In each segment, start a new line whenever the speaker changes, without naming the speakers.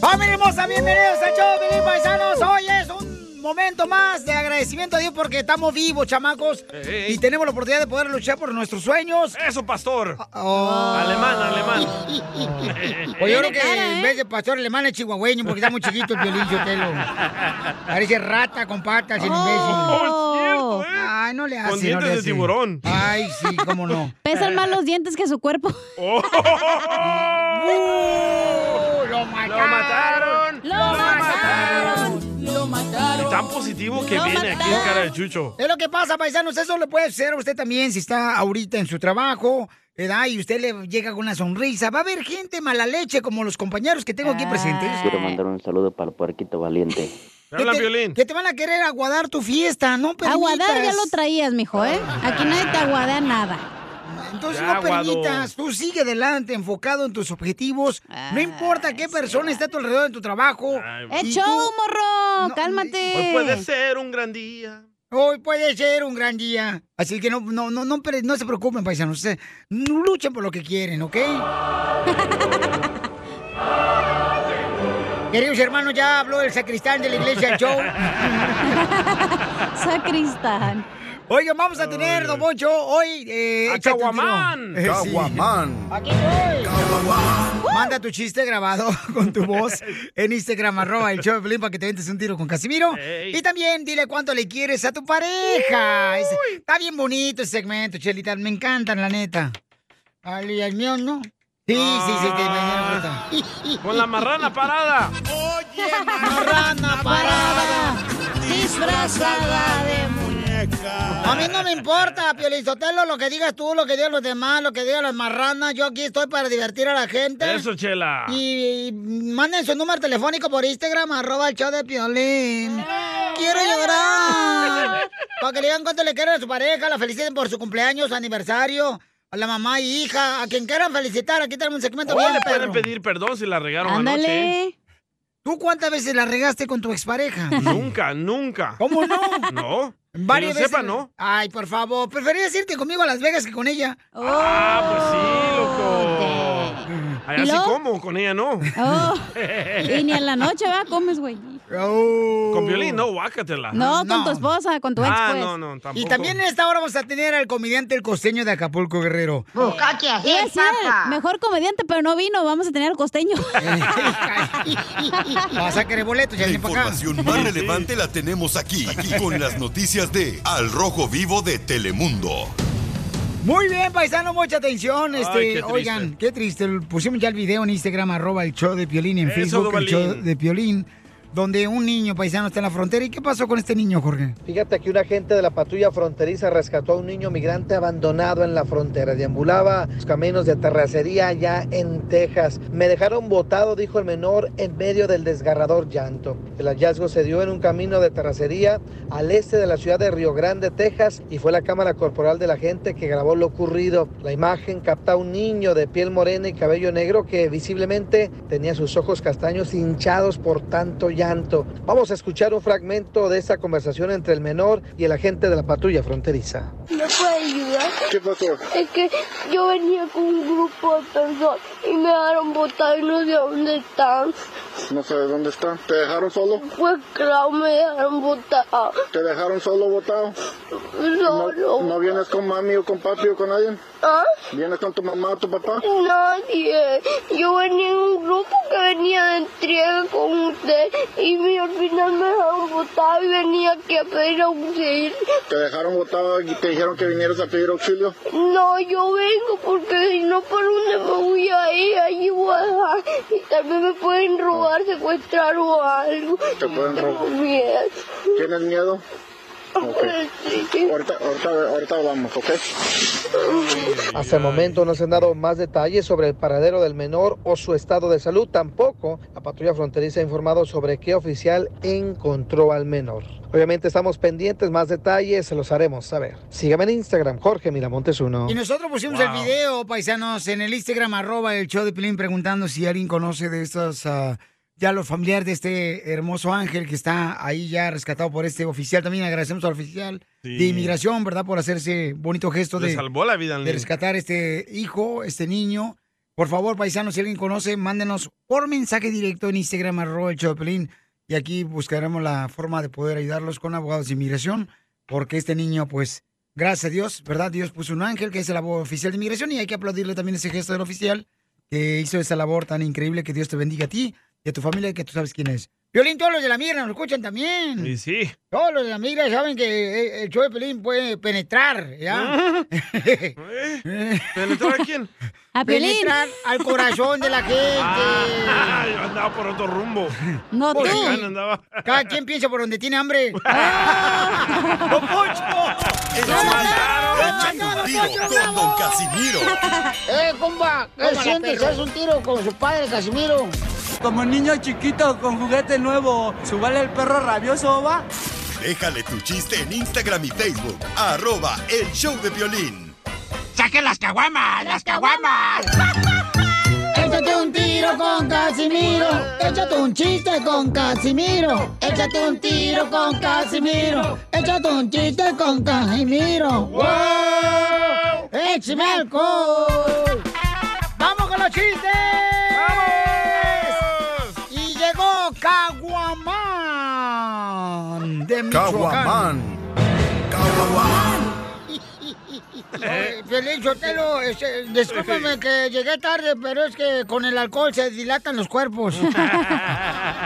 ¡Familia hermosa! Bienvenidos al show, Felipe Paisanos. Hoy es un momento más de agradecimiento a Dios porque estamos vivos, chamacos.
Ey, ey.
Y tenemos la oportunidad de poder luchar por nuestros sueños.
Eso, pastor. Alemán, alemán.
Oye, Pues yo creo
¿eh?
que en vez de pastor alemán es chihuahueño porque está muy chiquito el violín, Chotelo. Parece rata con patas, el imbécil.
Oh, es cierto,
Ay, no le hace.
¿eh? Con
no le
dientes de
hace.
tiburón.
Ay, sí, cómo no.
Pesan más los dientes que su cuerpo.
¡Lo
¡Lo mataron!
¡Lo mataron!
Lo mataron.
Y tan positivo que
Lo
viene aquí el
mataron.
cara de Chucho.
Es lo que pasa, paisanos. Eso lo puede hacer usted también si está ahorita en su trabajo, ¿verdad? Y usted le llega con una sonrisa. Va a haber gente mala leche como los compañeros que tengo aquí presentes.
Quiero mandar un saludo para el puerquito valiente.
Me habla
que, te,
violín.
que te van a querer aguadar tu fiesta, no permitas.
Aguadar ya lo traías, mijo, ¿eh? Aquí nadie te aguada nada.
Entonces
Ya,
no
aguado.
permitas, tú sigue adelante, enfocado en tus objetivos. no importa qué persona está a tu alrededor en tu trabajo.
Ay,
Y
¡Es
tú-
show, ¡Eh, morro!
no,
¡Cálmate!
Hoy puede ser un gran día.
Hoy puede ser un gran día. Así que no, no, no, no, pre- no se preocupen, paisanos. Ustedes no luchen por lo que quieren, ¿ok? Queridos hermanos, ya habló el sacristán de la iglesia Joe.
Sacristán.
Oigan, vamos a tener, Don Poncho, hoy... Eh,
¡A
échate un tiro.
Caguamán!
Eh, sí. Aquí voy. Manda tu chiste grabado con tu voz en Instagram, arroba el show de Pelín, para que te ventes un tiro con Casimiro.
Ey.
Y también dile cuánto le quieres a tu pareja. Es- está bien bonito ese segmento, Chelita. Me encantan, la neta. Al, y al mío, ¿no? Sí, sí, sí, te
Ah.
me gusta.
Con la marrana parada.
Oye, marrana parada, disfrazada de muñeca. A mí no me importa, Piolizotelo, lo que digas tú, lo que digan los demás, lo que digan las marranas. Yo aquí estoy para divertir a la gente.
Eso, chela.
Y, y manden su número telefónico por Instagram, arroba el show de Piolín. ¡Quiero llorar! Para que le digan cuánto le quieren a su pareja, la feliciten por su cumpleaños, su aniversario, a la mamá y hija, a quien quieran felicitar. Aquí tenemos un segmento
O
bien,
le
perro.
Oh, pueden pedir perdón si la regaron anoche.
Ándale.
¿Tú cuántas veces la regaste con tu expareja?
Nunca, nunca.
¿Cómo no?
No.
Varias
que yo
veces.
sepa, ¿no?
Ay, por favor, preferirías irte conmigo a Las Vegas que con ella.
Ah, pues sí,
Este,
loco. Allá
¿Y
sí
luego?
como, con ella no.
Oh, y ni en la noche, va, comes, güey.
Con violín no, guácatela.
No,
Oh. no.
con tu esposa, con tu ex,
Ah,
pues.
no, no, tampoco.
Y también en esta hora vamos a tener al comediante El Costeño de Acapulco Guerrero.
Busca que
Iba a
hacer,
decir,
papá.
mejor comediante, pero no vino. Vamos a tener al costeño.
Vas a querer boletos, ya
La
viene para acá.
información más relevante la tenemos aquí, aquí, con las noticias de Al Rojo Vivo de Telemundo.
Muy bien, paisano, mucha atención.
Ay,
Este,
qué triste.
oigan, qué triste. Pusimos ya el video en Instagram, arroba el show de Piolín, en
Eso,
Facebook, el
Duvalín.
show de Piolín, donde un niño paisano está en la frontera. ¿Y qué pasó con este niño, Jorge?
Fíjate que un agente de la patrulla fronteriza rescató a un niño migrante abandonado en la frontera. Deambulaba los caminos de terracería allá en Texas. Me dejaron botado, dijo el menor, en medio del desgarrador llanto. El hallazgo se dio en un camino de terracería al este de la ciudad de Río Grande, Texas, y fue la cámara corporal de la gente que grabó lo ocurrido. La imagen capta a un niño de piel morena y cabello negro que visiblemente tenía sus ojos castaños hinchados por tanto llanto. Vamos a escuchar un fragmento de esta conversación entre el menor y el agente de la patrulla fronteriza.
¿Me puede ayudar?
¿Qué pasó?
Es que yo venía con un grupo de personas y me dejaron botar y no sé dónde están.
No sé dónde está. ¿Te dejaron solo?
Pues claro, me dejaron botar
¿Te dejaron solo botado?
solo.
vienes con mami o con papi o con alguien?
¿Ah?
¿Vienes con tu mamá o tu papá?
Nadie. Yo venía en un grupo que venía de entrega con usted y mi- al final me dejaron botado y venía aquí a pedir auxilio.
¿Te dejaron botado y te dijeron que vinieras a pedir auxilio?
No, yo vengo porque si no, ¿para dónde me voy a ir? Allí voy a dejar y tal vez me pueden robar, secuestrar o algo.
Te pueden
Tengo
robar.
miedo.
¿Tienes miedo? Ok. Ahorita, ahorita, ahorita vamos, ¿ok?
Hasta el momento no se han dado más detalles sobre el paradero del menor o su estado de salud. Tampoco la patrulla fronteriza ha informado sobre qué oficial encontró al menor. Obviamente estamos pendientes, más detalles se los haremos saber. Sígame en Instagram, Jorge Miramontes 1.
Y nosotros pusimos el video, paisanos, en el Instagram, arroba el show de Pelín, preguntando si alguien conoce de estos, ah, ya los familiares de este hermoso ángel que está ahí ya rescatado por este oficial. También agradecemos al oficial
Sí.
de inmigración, ¿verdad? Por hacer ese bonito gesto
Le
de,
salvó la vida al
de
niño.
rescatar este hijo, este niño. Por favor, paisanos, si alguien conoce, mándenos por mensaje directo en Instagram, arroba el show de Pelín, y aquí buscaremos la forma de poder ayudarlos con abogados de inmigración, porque este niño, pues, gracias a Dios, ¿verdad? Dios puso un ángel que es el abogado oficial de inmigración y hay que aplaudirle también ese gesto del oficial que hizo esa labor tan increíble. Que Dios te bendiga a ti y a tu familia, que tú sabes quién es. Violín, todos los de la migra nos escuchan también.
Y sí.
Todos los de la migra saben que eh, el show de Pelín puede penetrar, ¿ya?
¿Penetrar a quién?
A Piolín.
penetrar al corazón de la gente.
Ah, yo andaba por otro rumbo.
No,
Por
tú.
acá andaba.
Cada quien piensa por donde tiene hambre.
Ah.
¡Don Poncho!
¡Lo mataron! Échate un tiro con Don Casimiro.
¡Eh, compa!
Tómala,
¿Qué sientes?
perro.
¿Haz un tiro con su padre, Casimiro?
Como niño chiquito con juguete nuevo, subale el perro rabioso, va.
Déjale tu chiste en Instagram y Facebook. Arroba el show de violín.
¡Saquen las caguamas! ¡Las caguamas!
Échate un tiro con Casimiro. Échate un chiste con Casimiro. Échate un tiro con Casimiro. Échate un chiste con Casimiro. ¡Wow! ¡Échame alcohol! ¡Vamos con los chistes! ¡Vamos! Y llegó Caguamán de Michoacán.
Caguamán.
Oye, Piolín Sotelo, este, discúlpame que llegué tarde, pero es que con el alcohol se dilatan los cuerpos.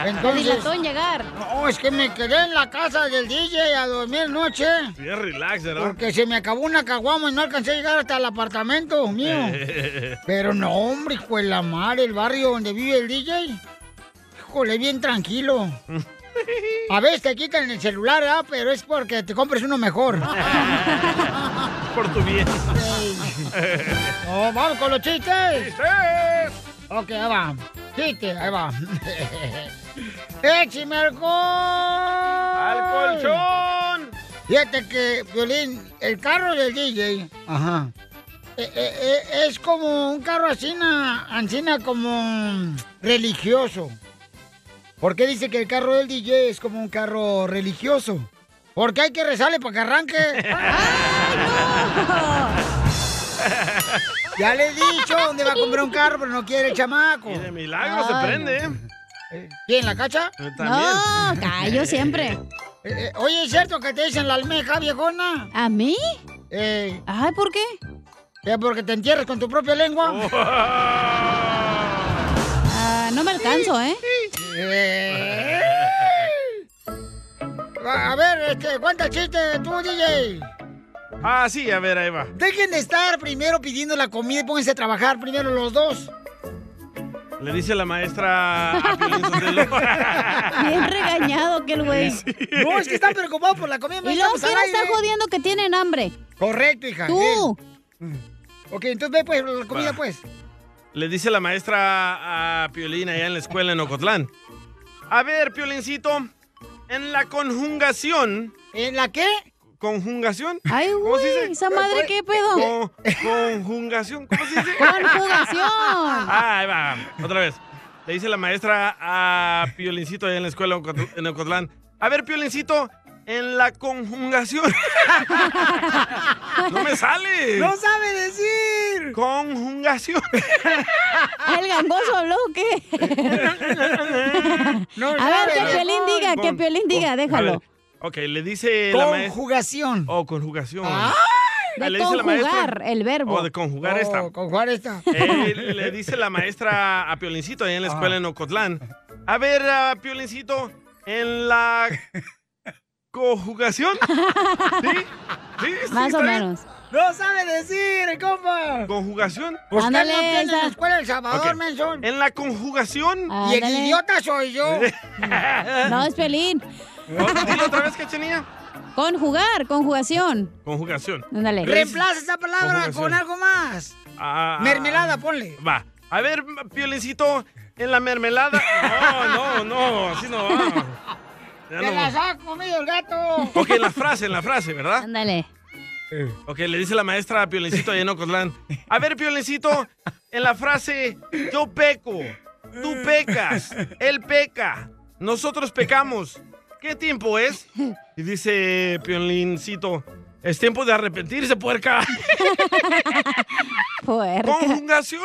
Entonces,
Se dilató en
llegar. No, es que me quedé en la casa del DJ a dormir noche.
Bien relax, ¿verdad?
Porque se me acabó una caguama y no alcancé a llegar hasta el apartamento mío.
Eh.
Pero no, hombre, hijo de la madre, el barrio donde vive el DJ. Híjole, bien tranquilo. A veces te quitan el celular, ¿ah? pero es porque te compres uno mejor.
Por tu bien.
No, Oh, vamos con los chistes. Ok, ahí va. Chiste, ahí va. ¡Échame alcohol! ¡Al
colchón!
Fíjate que, Violín, el carro del DJ Ajá. eh, eh, eh, es como un carro ancina, ancina como religioso. ¿Por qué dice que el carro del DJ es como un carro religioso? Porque hay que rezarle para que arranque. Ya le he dicho dónde va a comprar un carro, pero no quiere el chamaco.
Y de milagro se
Ay,
prende, ¿eh?
¿Quién, la cacha?
No, ca- yo siempre.
Eh, eh, oye, ¿es cierto que te dicen la almeja, viejona?
¿A mí?
Eh,
Ay, ¿por qué?
porque te entierras con tu propia lengua.
Ah, no me alcanzo, ¿eh?
Eh. A a ver, este, cuenta el chiste, tú, DJ.
Ah, sí, a ver, ahí va.
Dejen de estar primero pidiendo la comida y pónganse a trabajar primero los dos.
Le dice la maestra a Piolín Sotelo.
Bien regañado que el güey.
No, es que están preocupados por la comida.
Y luego,
estamos al
¿quién
aire.
está jodiendo que tienen hambre?
Correcto, hija.
Tú.
Ok, entonces ve pues la comida,
Va.
pues.
Le dice la maestra a Piolín allá en la escuela en Ocotlán. A ver, Piolincito, en la conjungación.
¿En la qué?
¿Conjungación?
Ay, güey, esa madre, ¿qué pedo?
conjungación, ¿cómo se dice?
Conjugación.
Ah, ahí va, otra vez. Le dice la maestra a Piolincito allá en la escuela Ocotl- en Ocotlán. A ver, Piolincito, en la conjungación. ¡No me sale!
¡No sabe decir!
¡Conjungación!
¿El gangoso habló o qué?
No
a ver,
sabe,
que
no.
Piolín diga, que
Con-
Piolín diga,
A
déjalo.
ver, Ok, le dice la maestra.
Conjugación. Ah,
Oh, conjugación.
De
Le dice la maestra-
conjugar el verbo.
Oh, de conjugar esta.
Conjugar esta. Ah.
Eh, le dice la maestra a Piolincito allá en la escuela en Ocotlán. A ver, ah, Piolincito, en la conjugación. ¿Sí? ¿Sí? sí,
Más o
está bien.
menos.
¡No sabe decir, compa!
¿Conjugación?
Pues
Ándale,
Carlos viene de la
esa.
escuela del Salvador,
Ok.
menso.
En la conjugación.
Y el
Ándale.
idiota soy yo.
No, es pelín.
Dilo otra vez, cachanilla.
Conjugar, conjugación.
Conjugación.
Ándale.
Reemplaza esa palabra
Conjugación.
con algo más.
Ah,
Mermelada, pues. ponle.
Va. A ver, Piolincito, en la mermelada. No, no, no, así no va. Ya
¡Te
no.
la saco, mío, el gato!
Ok, en la frase, en la frase, ¿verdad? Eh.
Ándale.
Ok, le dice la maestra a Piolincito allá en Ocotlán. A ver, Piolincito, en la frase, yo peco, tú pecas, él peca, nosotros pecamos. ¿Qué tiempo es? Y dice Piolincito, es tiempo de arrepentirse, puerca.
Puerca.
Conjugación.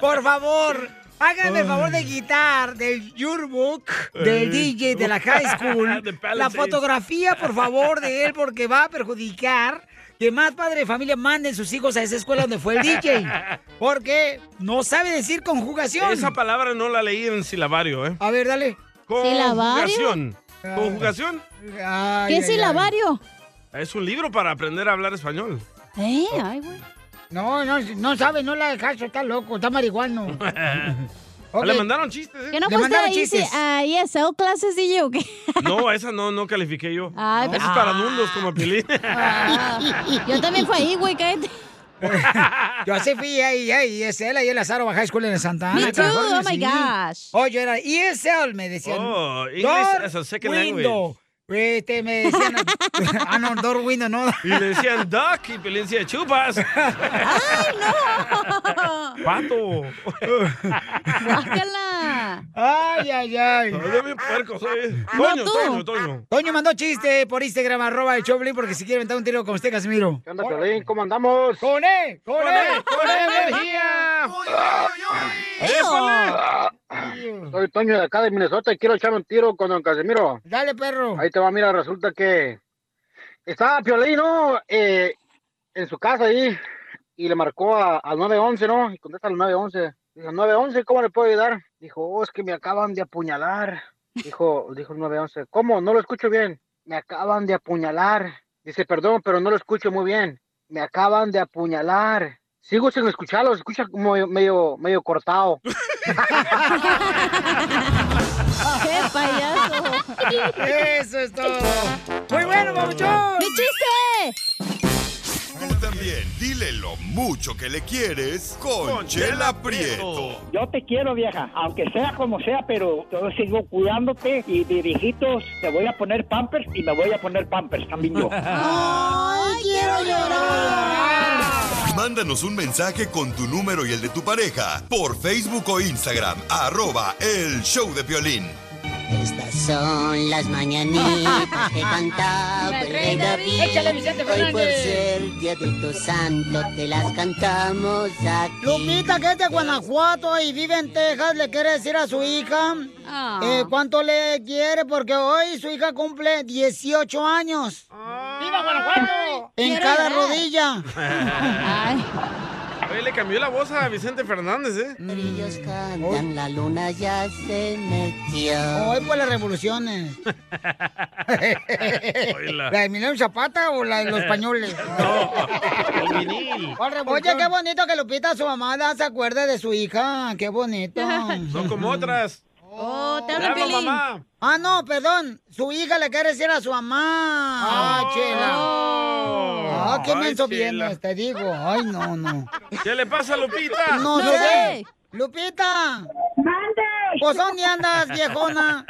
Por favor, háganme el favor de quitar del yearbook
Eh.
del DJ de la high school
De Palisades.
la fotografía, por favor, de él, porque va a perjudicar que más padre de familia manden sus hijos a esa escuela donde fue el DJ. Porque no sabe decir conjugación.
Esa palabra no la leí en silabario, ¿eh?
A ver, dale.
Conjugación. ¿Conjugación?
¿Qué es
lavar?
silabario?
Es un libro para aprender a hablar español.
Eh, ay, güey.
No, no, no sabe, no la dejaste, está loco, está marihuano. Ok.
Ah, Le mandaron chistes,
¿Que
¿eh?
no
Le
fuiste
mandaron
ahí
chistes.
a ESL clases y yo qué?
No, esa no, no califiqué yo.
Ay, ah.
Eso es para dundos como Pilín.
pero- Ah, Yo también fui ahí, güey, cállate.
Yo así fui ahí, ahí, ESL, ahí en la Zaro Baja Escuela en Santa Ana.
Me too,
California,
oh my
sí.
gosh.
Oh, yo era ESL, me decían.
Oh, English
Door
as a second
window. Este, me decían. ah, no, door window, no.
Y le decían duck y Pilín decía chupas. ¡Pato!
Guácala.
Ay, ay, ay.
No, yo bien puerco soy. eh.
Ah,
Toño,
Ah, tú.
Toño, Toño.
Toño mandó chiste por Instagram, arroba el Choplin, porque si quiere inventar un tiro con usted, Casimiro.
¿Qué onda, Piolín? ¿Cómo andamos?
¡Con él! ¡Con E.
E,
él! ¡Con él, energía!
Éjole.
Ah, Soy Toño de acá de Minnesota y quiero echar un tiro con don Casimiro.
Dale, perro.
Ahí te va, mira, resulta que estaba Piolín, ¿no? Eh, en su casa ahí y le marcó a- al 911, ¿no? Y contesta al 911. Dijo, 911, ¿cómo le puedo ayudar? Dijo, oh, es que me acaban de apuñalar. Dijo, dijo el 911, ¿cómo? No lo escucho bien. Me acaban de apuñalar. Dice, perdón, pero no lo escucho muy bien. Me acaban de apuñalar. Sigo sin escucharlo, se escucha como medio, medio cortado.
¡Qué payaso!
Eso es todo. Muy bueno, papuchón.
¡Mi chiste!
Tú también, dile lo mucho que le quieres con Chela Prieto.
Yo te quiero, vieja, aunque sea como sea, pero yo sigo cuidándote y de viejitos te voy a poner pampers y me voy a poner pampers también yo.
¡Ay, quiero llorar!
Mándanos un mensaje con tu número y el de tu pareja por Facebook o Instagram, arroba el show de violín.
Estas son las mañanitas que cantaba el rey David.
Échale, Vicente
Hoy por
Fernández.
ser día de tu santo te las cantamos aquí.
Lupita, que es de Guanajuato y vive en Texas, le quiere decir a su hija
Ah.
eh, cuánto le quiere, porque hoy su hija cumple 18 años. ¡Viva Guanajuato! En
Quiero
cada
llorar.
rodilla.
Ay,
Oye, le cambió la voz a Vicente Fernández, ¿eh?
Ellos cantan, la luna ya se metió.
Hoy por las revoluciones.
Oíla.
¿La de Emiliano Zapata o la de los españoles?
El vinil.
¿Cuál revolución? Oye, qué bonito que Lupita, su mamá, da- se acuerde de su hija. Qué bonito.
No como otras.
oh, te
¡Te
habla
hablo,
Piolín.
mamá!
Ah, no, perdón. Su hija le quiere decir a su mamá. Ah, chela. Ah, qué
Oh. Ay, Chela.
menso vienes, te digo. Ay, no, no.
¿Qué le pasa a Lupita?
No,
No
sé.
sé.
Lupita. Pues, ¿dónde andas, viejona?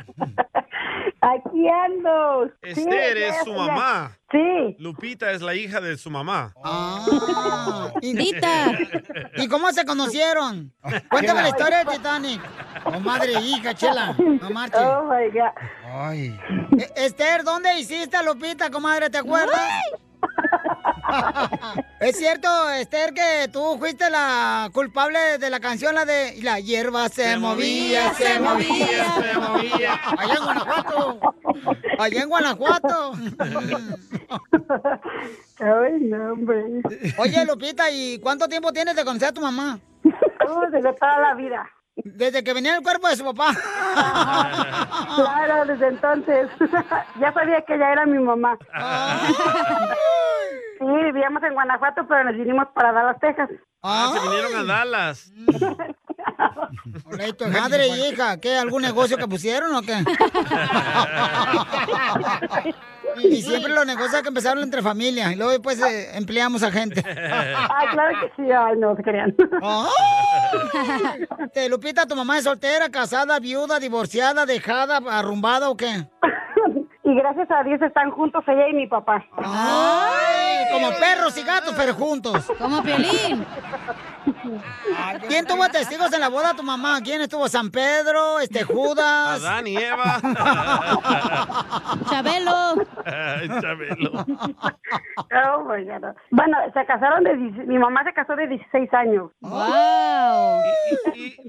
Aquí ando. Sí,
Esther es
ya,
su
ya.
mamá.
Sí.
Lupita es la hija de su mamá.
Ah. ¿Y,
Tita.
y cómo se conocieron? Cuéntame la historia del Titanic. Oh, madre, hija, chela. No marches.
Oh my God.
Ay. E- Esther, ¿dónde hiciste a Lupita, comadre? ¿Te acuerdas? es cierto, Esther, que tú fuiste la culpable de la canción, la de La hierba se, movía, se movía,
se movía.
Allá en Guanajuato. Allá en Guanajuato.
Ay, no, hombre.
Oye, Lupita, ¿y cuánto tiempo tienes de conocer a tu mamá?
Saludos Oh, desde toda la vida.
Desde que venía el cuerpo de su papá.
Claro, desde entonces. ya sabía que ella era mi mamá. sí, vivíamos en Guanajuato, pero nos vinimos para Dallas, Texas.
Ah, se vinieron a Dallas.
Pleito, madre y hija, ¿qué? ¿Algún negocio que pusieron o qué? y siempre los negocios que empezaron entre familias y luego después eh, empleamos a gente.
Ay, Ah, claro que sí, ay, no se crean.
¡Ay! Te, Lupita, ¿tu mamá es soltera, casada, viuda, divorciada, dejada, arrumbada o qué?
Y gracias a Dios están juntos ella y mi papá.
Ah. ¡Ay! Como perros y gatos, pero juntos.
Como Piolín.
¿Quién tuvo testigos en la boda? ¿Tu mamá? ¿Quién estuvo? ¿San Pedro? ¿Este Judas?
Adán y Eva.
Chabelo.
Ay, Chabelo.
Oh, my God. Bueno, se casaron de... dieci- Mi mamá se casó de 16 años.
Ah.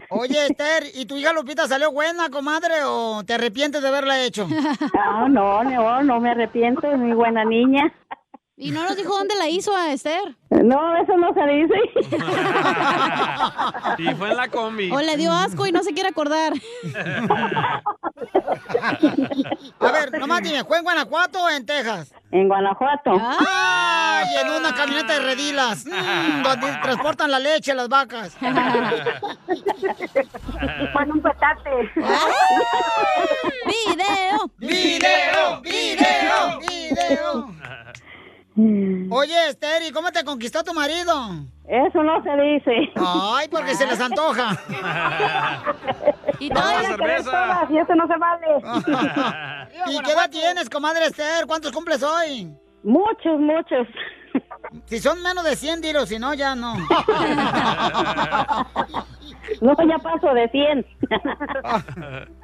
¡Wow! Oye, Esther, ¿y tu hija Lupita salió buena, comadre, o te arrepientes de haberla hecho?
No, Ah, no, no, no me arrepiento, es muy buena niña.
Y no nos dijo dónde la hizo a Esther.
No, eso no se dice.
Y fue en la combi.
O le dio asco y no se quiere acordar.
A ver, nomás dime, ¿fue en Guanajuato o en Texas?
En Guanajuato.
¡Ay! En una camioneta de redilas, mm, donde transportan la leche a las vacas.
Con un petate.
¡Video!
¡Video! ¡Video! ¡Video! Oye, Esther, ¿y cómo te conquistó tu marido?
Eso no se dice.
Ay, porque se les
Ah.
antoja.
Y
Vamos a querer todas, y eso no se vale.
¿Y qué edad tienes, comadre Esther? ¿Cuántos cumples hoy?
Muchos, muchos.
Si son menos de 100, dilo, si no, ya no.
No, ya paso de 100.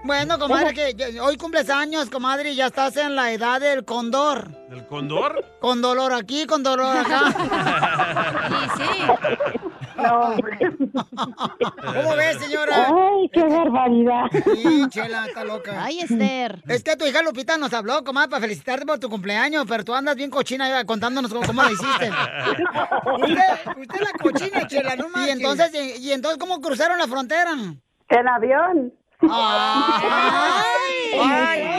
Bueno, comadre, que ya- hoy cumples años, comadre, y ya estás en la edad del condor.
¿Del condor?
Con dolor aquí, con dolor acá.
No.
¿Cómo ves, señora? Este-
Ay, qué barbaridad.
Sí, chela, está loca.
Ay, Esther.
Es que tu hija Lupita nos habló, comadre, para felicitarte por tu cumpleaños, pero tú andas bien cochina eh, contándonos cómo, cómo la hiciste. Usted, usted la cochina, chela, no manches. Y entonces, y, y entonces ¿cómo cruzaron la frontera?
En avión.
¡Ay! ¡Ay!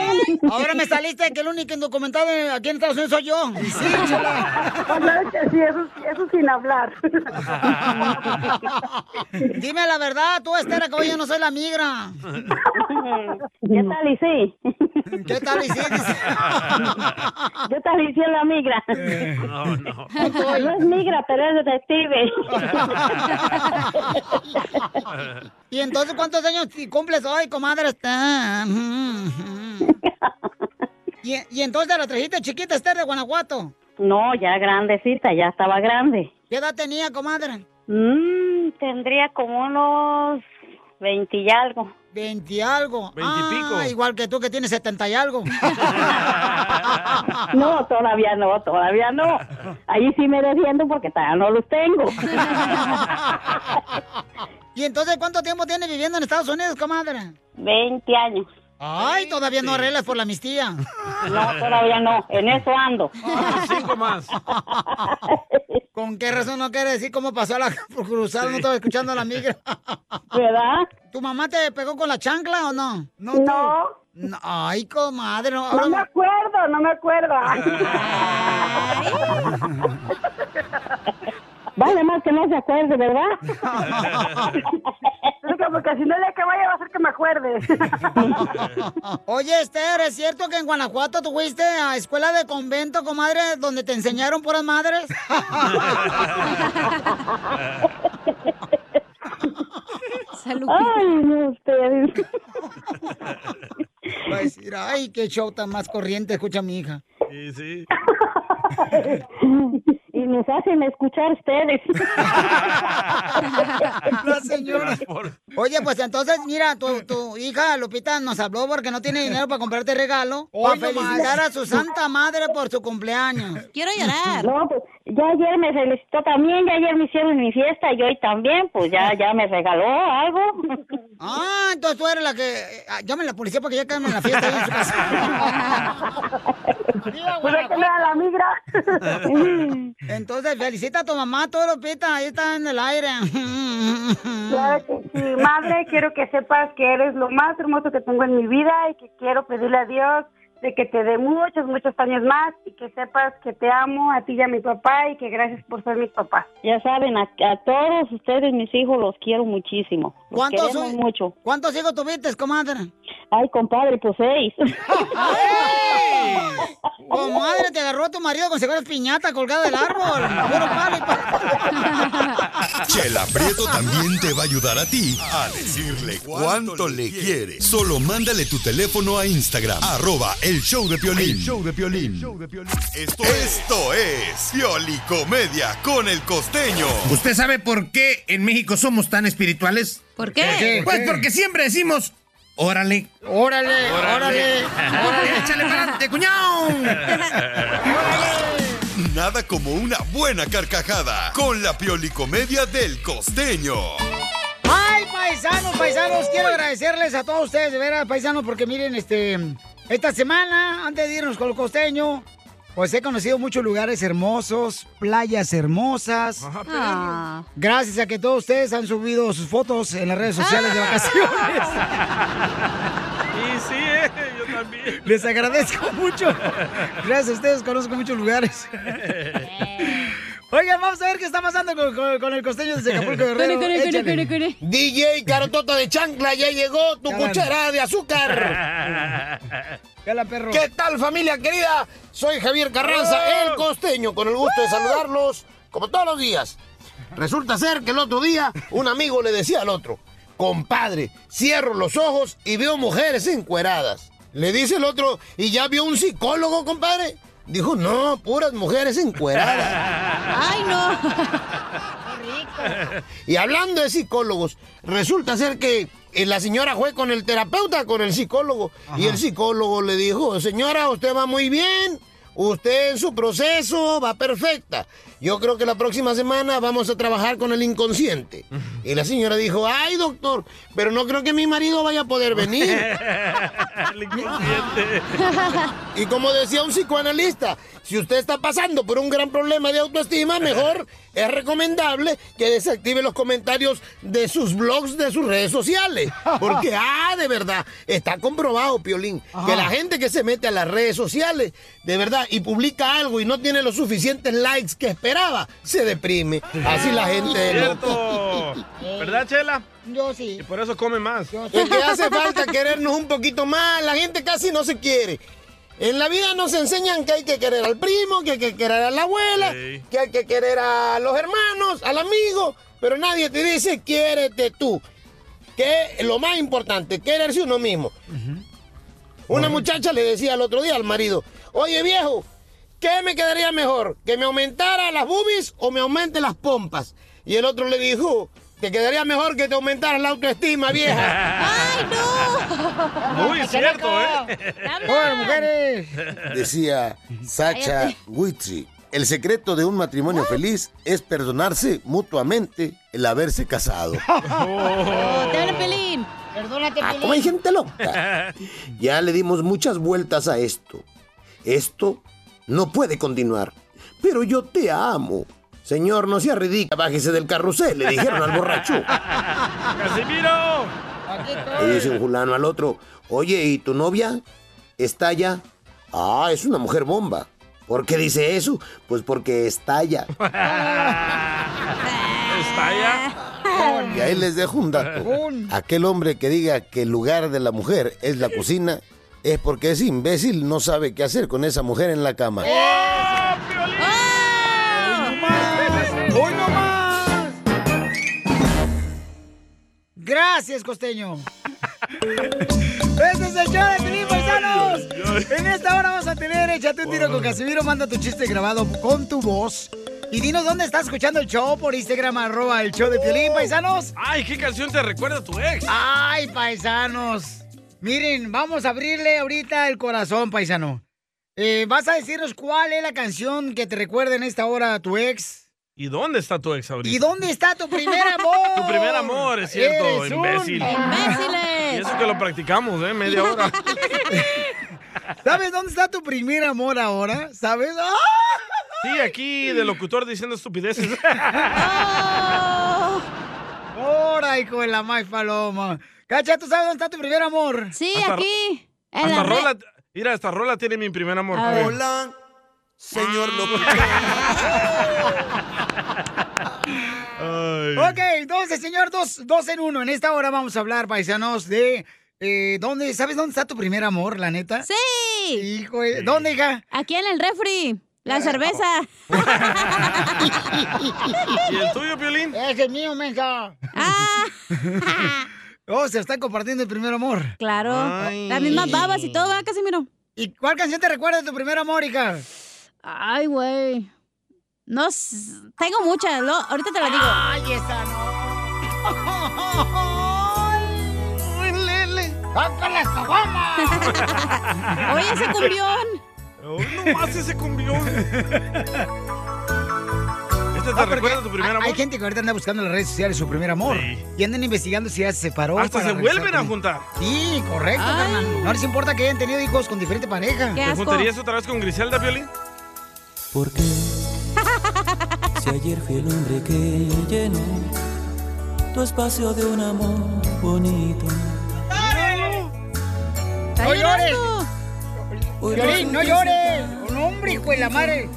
Ahora me saliste que el único indocumentado aquí en Estados Unidos soy yo. Sí,
Claro que sí, eso, eso sin hablar.
Dime la verdad, tú, Esther, que hoy yo no soy la migra.
¿Qué tal y sí?
¿Qué tal hiciste?
¿Qué tal y sí en la migra?
Eh,
Eh, No, no.
No es migra, pero es detective.
¿Y entonces cuántos años cumples hoy, comadre? Está- ¿Y, y entonces la trajiste chiquita, Esther, de Guanajuato.
No, ya grandecita, ya estaba grande.
¿Qué edad tenía, comadre?
Mm, tendría como unos 20 y algo.
Veinti algo.
Veintipico.
Ah, igual que tú que tienes setenta y algo.
No, todavía no, todavía no. Ahí sí me defiendo porque todavía no los tengo.
¿Y entonces cuánto tiempo tienes viviendo en Estados Unidos, comadre?
20 años.
Ay, todavía no arreglas por la amnistía.
No, todavía no. En eso ando.
Ah, Cinco más.
¿Con qué razón no quiere decir cómo pasó la por cruzar? No estaba escuchando a la migra.
¿Verdad?
¿Tu mamá te pegó con la chancla o no? No. tú.
No,
No, Ay, comadre, no.
no me
ahora-
acuerdo, no me acuerdo. Vale más que no se acuerde, ¿verdad? Es como que si no le que vaya va a ser que me acuerde.
Oye, Esther, ¿es cierto que en Guanajuato tú fuiste a escuela de convento, comadre, donde te enseñaron puras madres?
Ay, no, ustedes.
Va a decir, ay, qué show tan más corriente, escucha mi hija.
Sí, sí.
Y nos hacen escuchar ustedes.
La señora. Oye, pues entonces, mira, tu, tu hija Lupita nos habló porque no tiene dinero para comprarte regalo.
Hoy
para
nomás.
felicitar a su santa madre por su cumpleaños.
Quiero llorar.
No, pues ya ayer me felicitó también, ya ayer me hicieron mi fiesta y hoy también, pues ya, ya me regaló algo.
Ah, eh, entonces tú eres la que. ah, Llame a la policía porque ya caen en la fiesta ahí en su casa.
Pues hay que me da la migra.
Entonces, felicita a tu mamá, todo Lupita, ahí está en el aire.
Mm.
Claro que sí, madre, quiero que sepas que eres lo más hermoso que tengo en mi vida y que quiero pedirle a Dios de que te dé muchos, muchos años más y que sepas que te amo a ti y a mi papá y que gracias por ser mis papás.
Ya saben, a, a todos ustedes, mis hijos, los quiero muchísimo. Los
¿Cuántos,
queremos
son-
mucho.
¿Cuántos hijos tuviste, comadre?
Ay, compadre, pues seis.
Comadre, te agarró tu marido con secuelas piñata colgada del árbol. Puro palo y
Chela Prieto también te va a ayudar a ti a decirle cuánto le quiere. Solo mándale tu teléfono a Instagram, arroba el show de Piolín.
El
show de Esto, esto es Piolicomedia con el costeño.
¿Usted sabe por qué en México somos tan espirituales?
¿Por
qué? ¿Por qué?
Pues
¿Por qué?
porque siempre decimos, órale.
Órale,
órale.
Órale, échale para adelante, cuñao.
Nada como una buena carcajada con la Piolicomedia del costeño.
¡Ay, paisanos, paisanos! Quiero agradecerles a todos ustedes, de veras, paisanos, porque miren, este, esta semana, antes de irnos con el costeño, pues he conocido muchos lugares hermosos, playas hermosas.
Ah.
Gracias a que todos ustedes han subido sus fotos en las redes sociales de vacaciones.
Ah. Y sí, eh, yo también.
Les agradezco mucho. Gracias a ustedes, conozco muchos lugares. Oigan, vamos a ver qué está pasando con, con- con el costeño desde Acapulco Guerrero. Échale.
DJ Carotota de Chancla, ya llegó tu
Caramba.
cuchara de azúcar. ¿Qué tal familia querida? Soy Javier Carranza, el costeño, con el gusto de saludarlos como todos los días. Resulta ser que el otro día un amigo le decía al otro, compadre, cierro los ojos y veo mujeres encueradas. Le dice el otro, ¿y ya vio un psicólogo, compadre? Dijo, no, puras mujeres encueradas. ¡Ay, no! Y hablando de psicólogos, resulta ser que eh, la señora fue con el terapeuta, con el psicólogo, y el psicólogo le dijo, señora, usted va muy bien, usted en su proceso va perfecta. Yo creo que la próxima semana vamos a trabajar con el inconsciente. Y la señora dijo, ay doctor, pero no creo que mi marido vaya a poder venir. Y como decía un psicoanalista, si usted está pasando por un gran problema de autoestima, mejor es recomendable que desactive los comentarios de sus blogs, de sus redes sociales. Porque, ah, de verdad, está comprobado, Piolín, que la gente que se mete a las redes sociales, de verdad, y publica algo y no tiene los suficientes likes que esperaba, se deprime. Así la gente es loca.
Cierto. ¿Verdad, Chela?
Yo sí.
Y por eso come más.
Es que hace falta querernos un poquito más. La gente casi no se quiere. En la vida nos enseñan que hay que querer al primo, que hay que querer a la abuela,
Sí.
que hay que querer a los hermanos, al amigo, pero nadie te dice quiérete tú. Que es lo más importante, quererse uno mismo. Una muchacha le decía el otro día al marido, oye viejo, ¿qué me quedaría mejor? ¿Que me aumentara las boobies o me aumente las pompas? Y el otro le dijo, te quedaría mejor que te aumentara la autoestima, vieja.
¡Ay, no!
Muy cierto, ¿eh?
Pobre mujeres!
Decía
Sacha
Guitry, el secreto de un matrimonio feliz es perdonarse mutuamente el haberse casado.
Oh, te habla Pelín.
Perdónate,
Pelín.
Como Ah, hay gente loca. Ya le dimos muchas vueltas a esto. Esto no puede continuar. Pero yo te amo. Señor, no sea ridícula, bájese del carrusel, le dijeron al borracho.
¡Casimiro!
Le dice un fulano al otro, oye, ¿y tu novia estalla? Ah, es una mujer bomba. ¿Por qué dice eso? Pues porque estalla.
¿Estalla?
Y ahí les dejo un dato. Aquel hombre que diga que el lugar de la mujer es la cocina es porque ese imbécil no sabe qué hacer con esa mujer en la
¡Oh,
cama.
¡Hoy no más! Gracias, costeño. Este es el show de Piolín, paisanos. En esta hora vamos a tener Échate un tiro con Casimiro. Manda tu chiste grabado con tu voz. Y dinos dónde estás escuchando el show por Instagram, arroba el show de
Oh.
Piolín, paisanos. Ah,
Ay, ¿qué canción te recuerda a tu ex?
Ay, paisanos. Miren, vamos a abrirle ahorita el corazón, paisano. Eh, ¿Vas a decirnos cuál es la canción que te recuerda en esta hora a tu ex?
¿Y dónde está tu ex ahorita?
¿Y dónde está tu primer amor?
Tu primer amor, es cierto,
Eres un
imbécil.
imbéciles.
Y eso que lo practicamos, ¿eh? Media hora.
¿Sabes dónde está tu primer amor ahora? ¿Sabes? ¡Ah!
Sí, aquí de locutor diciendo estupideces.
Ahora, hijo de la más paloma. Cacha, ¿tú sabes dónde está tu primer amor?
Sí,
Hasta-
aquí. En
Hasta
la red.
Rola, mira, hasta Rola tiene mi primer amor. Ah.
A ver.
Hola, señor López.
Ok, entonces, señor, dos, dos en uno. En esta hora vamos a hablar, paisanos, de... eh, ¿dónde, ¿Sabes dónde está tu primer amor, la neta?
Sí.
Hijo, de- ¿dónde, hija?
Aquí en el refri. La cerveza.
¿Y el tuyo, Piolín?
Ese es mío, mensa. oh, se está compartiendo el primer amor.
Claro. Las mismas babas y todo, ¿verdad, Casimiro?
¿Y cuál canción te recuerda de tu primer amor, hija?
Ay, güey. No, s- tengo muchas. lo- ahorita te la digo.
Ay, esa no.
Ay, Lele.
¡Saca las caguamas!
Oye, ese cumbión.
No más ese cumbión. ¿Este te recuerda tu primer amor?
Hay gente que ahorita anda buscando en las redes sociales su primer amor. Y andan investigando si ya se separó.
Hasta
para
se vuelven
regresar
a juntar.
con- Sí, correcto,
Ay.
carnal. No les importa que hayan tenido hijos con diferente pareja.
¿Te juntarías otra vez con Griselda, Piolín?
¿Por qué? Si ayer fui el hombre que llenó tu espacio de un amor bonito.
¡No llores!
Hoy
Violín, no
resulta-
llores. Un hombre, hijo de la madre.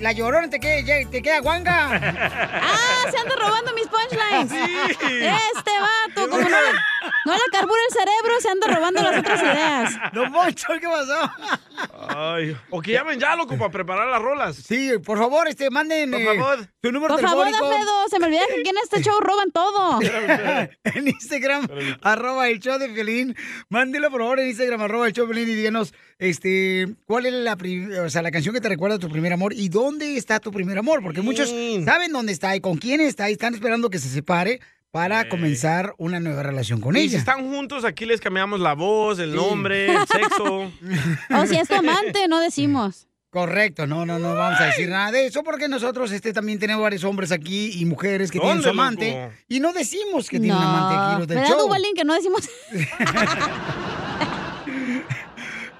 La llorona te queda, te queda guanga.
¡Ah! Se anda robando mis punchlines. Este vato, como no, le- no le carbura el cerebro, se anda robando las otras ideas.
Don Poncho, ¿qué pasó?
Ay, o que llamen ya, loco, para preparar las rolas.
Sí, por favor, este, manden
por
eh,
favor.
tu número
Por favor,
telefónico.
Alfredo, se me olvida que aquí en este show roban todo.
en Instagram, arroba el show de Piolín. Mándelo, por favor, en Instagram, arroba el show de Piolín y díganos, este, cuál es la, pri- o sea, la canción que te recuerda a tu primer amor y dónde está tu primer amor, porque muchos saben dónde está y con quién está y están esperando que se separe para comenzar una nueva relación con
Y si
ella.
están juntos, aquí les cambiamos la voz, el nombre, el sexo.
O si Oh, es tu amante, no decimos.
Correcto, no, no, no vamos a decir nada de eso porque nosotros este, también tenemos varios hombres aquí y mujeres que tienen
¿Dónde,
su amante
loco?
y no decimos que tienen amante aquí
No.
los del
¿Verdad,
show.
Dubalín, que no decimos?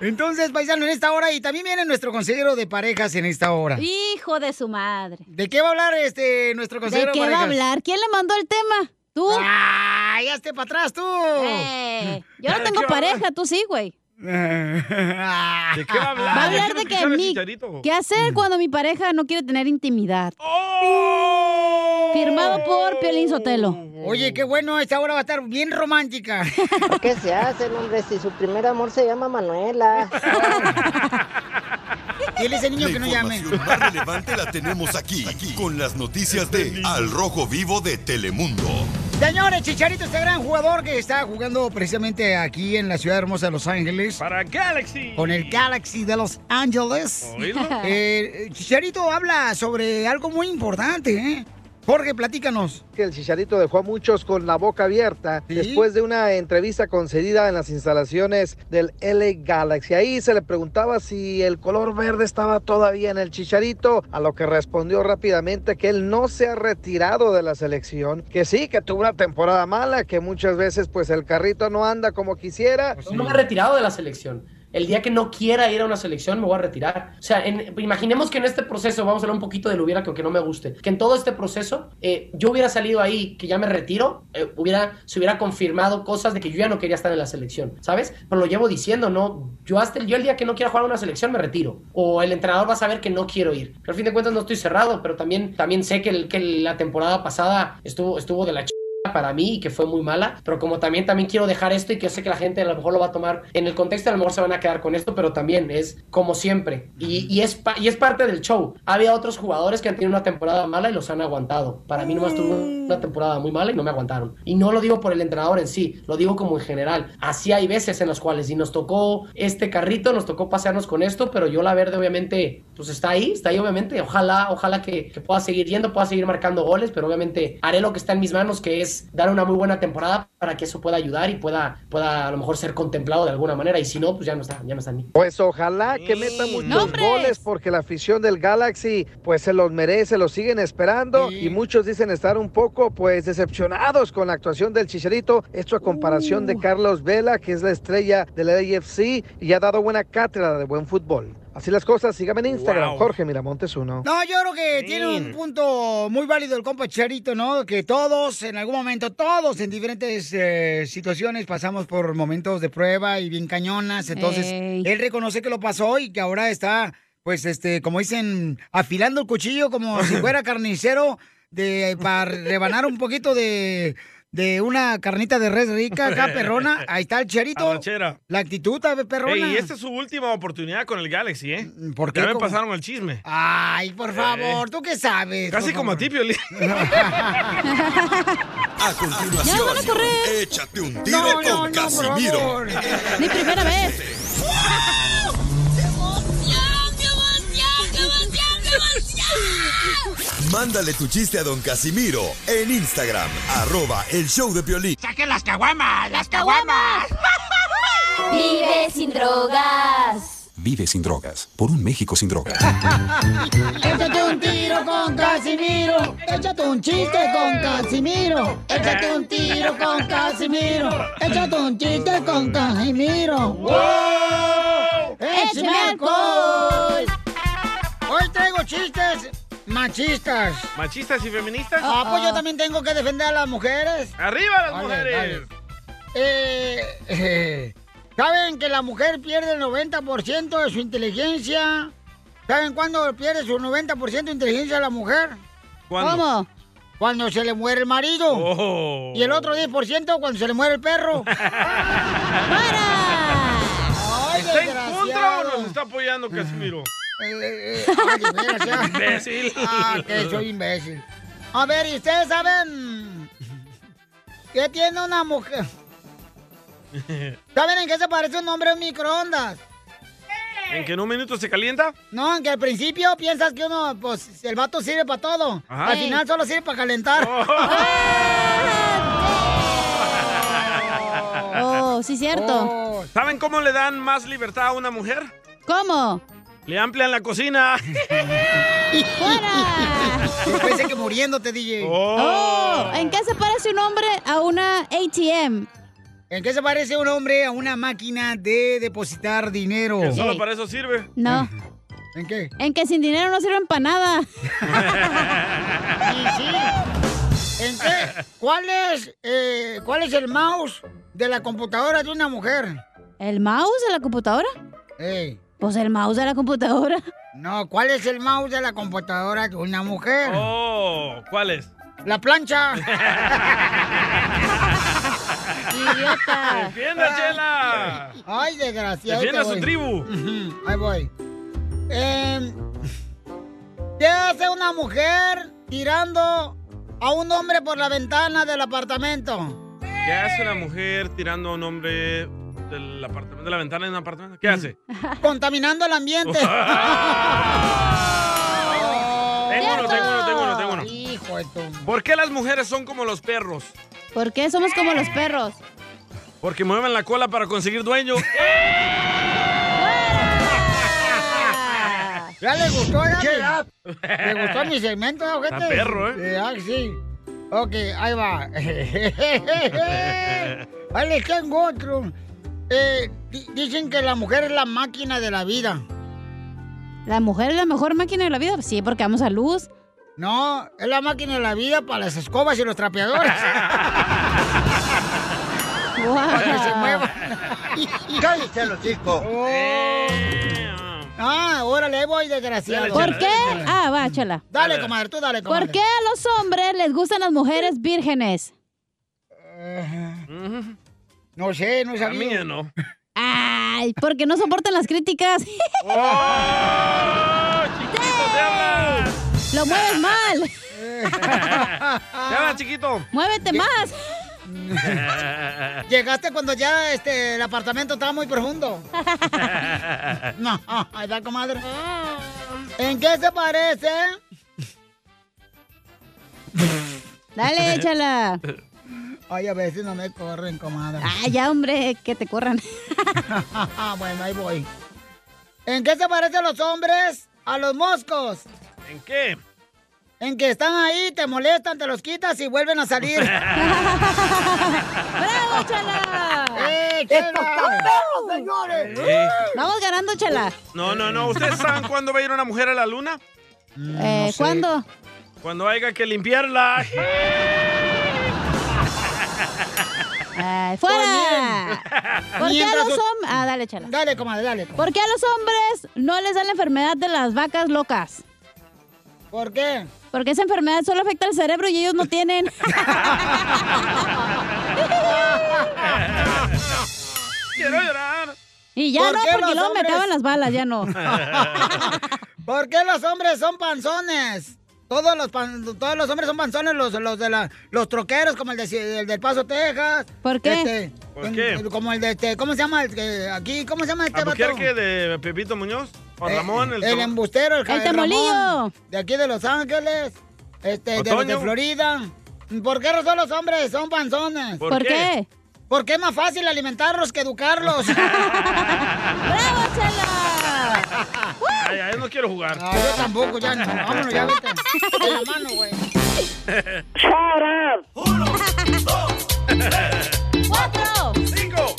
Entonces, paisano, en esta hora y también viene nuestro consejero de parejas en esta hora.
Hijo de su madre.
¿De qué va a hablar este nuestro consejero
¿De qué va a
parejas?
hablar? ¿Quién le mandó el tema? ¿Tú? Eh,
¡Ah! ¡Ya esté para atrás tú!
yo no
¿De
tengo
qué va a hablar?
pareja, tú sí, güey.
¿De
qué va a hablar?
Va a
Ya
hablar
quiero
de que
escuchar a
mi,
Chicharito.
¿Qué hacer cuando mi pareja no quiere tener intimidad? Firmado por Piolín Sotelo.
Oh. Oye, qué bueno, esta hora va a estar bien romántica.
¿Qué se hacen, hombre, si su primer amor se llama Manuela?
Y él es el niño que no llame.
información más relevante la tenemos aquí, aquí, con las noticias de Al Rojo Vivo de Telemundo.
Señores, Chicharito, este gran jugador que está jugando precisamente aquí en la ciudad hermosa de Los Ángeles.
Para Galaxy.
Con el Galaxy de Los Ángeles.
Oílo.
Eh, Chicharito habla sobre algo muy importante, ¿eh? Jorge, platícanos.
que el Chicharito dejó a muchos con la boca abierta después de una entrevista concedida en las instalaciones del LA Galaxy. Ahí se le preguntaba si el color verde estaba todavía en el Chicharito, a lo que respondió rápidamente que él no se ha retirado de la selección, que sí, que tuvo una temporada mala, que muchas veces pues el carrito no anda como
Pues
quisiera.
No me he retirado de la selección. El día que no quiera ir a una selección me voy a retirar. O sea, en- imaginemos que en este proceso, vamos a hablar un poquito de lo hubiera que aunque no me guste, que en todo este proceso eh, yo hubiera salido ahí, que ya me retiro, eh, hubiera, se hubiera confirmado cosas de que yo ya no quería estar en la selección, ¿sabes? Pero lo llevo diciendo, ¿no? Yo hasta el, yo el día que no quiera jugar a una selección me retiro. O el entrenador va a saber que no quiero ir. Pero al fin de cuentas no estoy cerrado, pero también, también sé que, el- que la temporada pasada estuvo, estuvo de la ch para mí y que fue muy mala, pero como también también quiero dejar esto y que yo sé que la gente a lo mejor lo va a tomar en el contexto, a lo mejor se van a quedar con esto, pero también es como siempre y, y es, pa- y es parte del show. Había otros jugadores que han tenido una temporada mala y los han aguantado. Para mí nomás tuve una temporada muy mala y no me aguantaron. Y no lo digo por el entrenador en sí, lo digo como en general. Así hay veces en las cuales y nos tocó este carrito, nos tocó pasearnos con esto, pero yo la verde obviamente pues está ahí, está ahí obviamente. Ojalá, ojalá que, que pueda seguir yendo, pueda seguir marcando goles, pero obviamente haré lo que está en mis manos, que es dar una muy buena temporada para que eso pueda ayudar y pueda, pueda a lo mejor ser contemplado de alguna manera. Y si no, pues ya no está, ya no está en mí.
Pues ojalá que meta muchos goles porque la afición del Galaxy pues se los merece, los siguen esperando y muchos dicen estar un poco pues decepcionados con la actuación del Chicharito, esto a comparación de Carlos Vela que es la estrella de la AFC y ha dado buena cátedra de buen fútbol. Así las cosas, sígame en Instagram,
Wow.
Jorge Miramontes uno.
No, yo creo que tiene un punto muy válido el compa Charito, ¿no? Que todos, en algún momento, todos en diferentes eh, situaciones pasamos por momentos de prueba y bien cañonas. Entonces,
Ey.
él reconoce que lo pasó y que ahora está, pues, este, como dicen, afilando el cuchillo como si fuera carnicero de para rebanar un poquito de, de una carnita de res rica acá, perrona. Ahí está el Charito.
Arrachera.
La actitud, ¿sabes, perrona.
Ey, y esta es su última oportunidad con el Galaxy, ¿eh?
Mm, ¿Por qué?
Ya me
¿Cómo?
pasaron el chisme. Eh,
Ay, por favor, ¿tú qué sabes?
Casi
por
como a ti, Piolín.
A continuación,
Ya me van a correr.
échate un tiro con Casimiro.
Mi primera vez.
Mándale tu chiste a don Casimiro en Instagram, arroba el show de Piolín.
¡Saquen las caguamas! ¡Las caguamas! Vive sin drogas.
Vive sin drogas, por un México sin drogas.
Échate un tiro con Casimiro. Échate un chiste con Casimiro. Échate un tiro con Casimiro. Échate un chiste con Casimiro. ¡Wow! ¡Échame alcohol! Hoy traigo chistes machistas.
¿Machistas y feministas?
Ah, pues yo también tengo que defender a las mujeres.
¡Arriba las
Dale,
mujeres!
dale. Eh, eh, ¿Saben que la mujer pierde el 90% de su inteligencia? ¿Saben cuándo pierde su 90% de inteligencia la mujer?
¿Cuándo?
¿Cómo? Cuando se le muere el marido.
Oh.
Y el otro 10% cuando se le muere el perro.
¿Está en contra o
desgraciado.
nos está apoyando Casimiro?
Eh, eh, ay, de veras, ya.
Imbécil.
Ah, que soy imbécil. A ver, ¿y ustedes saben qué tiene una mujer? ¿Saben en qué se parece un hombre a un microondas?
¿En que en un minuto se calienta?
No, que al principio piensas que uno, pues, el vato sirve para todo.
Ajá.
Al final solo sirve para calentar.
Oh, sí, cierto.
Oh.
¿Saben cómo le dan más libertad a una mujer?
¿Cómo?
Le amplian la cocina.
Yo pensé que muriéndote, DJ.
Oh, ¿En qué se parece un hombre a una ATM?
¿En qué se parece un hombre a una máquina de depositar dinero?
Que solo para eso sirve.
No.
¿En qué?
En que sin dinero no sirven para nada.
¿En qué? ¿Cuál es, eh, ¿Cuál es el mouse de la computadora de una mujer?
¿El mouse de la computadora?
Ey.
Pues el mouse de la computadora.
No, ¿cuál es el mouse de la computadora de una mujer?
Oh, ¿cuál es?
La plancha.
Idiota.
¡Defienda, Chela!
Ay, desgraciado.
Defienda
te
su
voy.
tribu.
Ujú, Ahí voy. Em, ¿Qué hace una mujer tirando a un hombre por la ventana del apartamento?
¿Qué hace una mujer tirando a un hombre del apartamento, de la ventana de un apartamento? ¿Qué hace?
Contaminando el ambiente.
¡Oh! Tengo uno, tengo uno, tengo uno, tengo uno.
Hijo de tu...
¿Por qué las mujeres son como los perros?
¿Por qué somos como los perros?
Porque mueven la cola para conseguir dueño.
Ya le gustó, ya
Shut
me- le gustó mi segmento, ¿eh, ojete?
Está perro, ¿eh?
ah, sí. Ok, ahí va. ahí les tengo otro. Eh, di- dicen que la mujer es la máquina de la vida.
¿La mujer es la mejor máquina de la vida? Sí, porque vamos a luz.
No, es la máquina de la vida para las escobas y los trapeadores. Para que se muevan.
¡Cállense los chicos!
Eh.
Ah, órale, ahí voy, desgraciado.
¿Por qué? Ah, va, chela.
Dale, comadre, tú dale, comadre.
¿Por qué a los hombres les gustan las mujeres vírgenes?
No sé, no
A
sabía.
mí ya no.
Ay, porque no soportan las críticas.
¡Oh,
Oh.
Lo mueves mal.
¿Qué hablas, chiquito?
Muévete más.
Llegaste cuando ya este, el apartamento estaba muy profundo. No, ahí va, comadre.
Ah.
¿En qué se parece?
Dale, échala.
Ay, a veces no me corren, comadre.
Ah, ya, hombre, que te corran.
bueno, ahí voy. ¿En qué se parecen los hombres a los moscos?
¿En qué?
En que están ahí, te molestan, te los quitas y vuelven a salir.
¡Bravo, Chala!
¡Eh,
señores!
Eh.
Vamos ganando, Chala.
No, no, no. ¿Ustedes saben cuándo va a ir una mujer a la luna?
Mm, Pues,
Eh, ¿Cuándo?
Cuando haya que limpiarla.
Ah,
Ay, ¡Fuera! ¿Por qué a
Pues, Mientras
los
tú-
hombres... Ah, dale, Chala.
Dale, comadre, dale.
¿Por qué a los hombres no les da la enfermedad de las vacas locas?
¿Por qué?
Porque esa enfermedad solo afecta al cerebro y ellos no tienen.
Quiero llorar.
Y ya
¿Por
no,
qué
porque
los
luego me
hombres?
acaban las balas, ya no.
¿Por qué los hombres son panzones? Todos los, pan- todos los hombres son panzones, los, los, de la, los troqueros, como el, de, Ci- el del Paso, Texas.
¿Por qué?
¿Por qué?
Como el de este, ¿cómo se llama? El que- aquí, ¿cómo se llama este vato?
¿Albuquerque de Pepito Muñoz? Juan
Eh,
Ramón, el,
el,
to-
embustero, el,
El
Javier
Tamolillo.
Ramón, De aquí de Los Ángeles, este, de, los de
Otoño.
Florida. ¿Por qué no son los hombres? Son panzones.
¿Por ¿Por qué? qué?
Porque es más fácil alimentarlos que educarlos.
¡Bravo, Chela!
Ay, ay, no quiero jugar.
No, yo tampoco, ya no. Vámonos, ya vete. De la mano, güey.
¡Cuatro!
¡Cinco!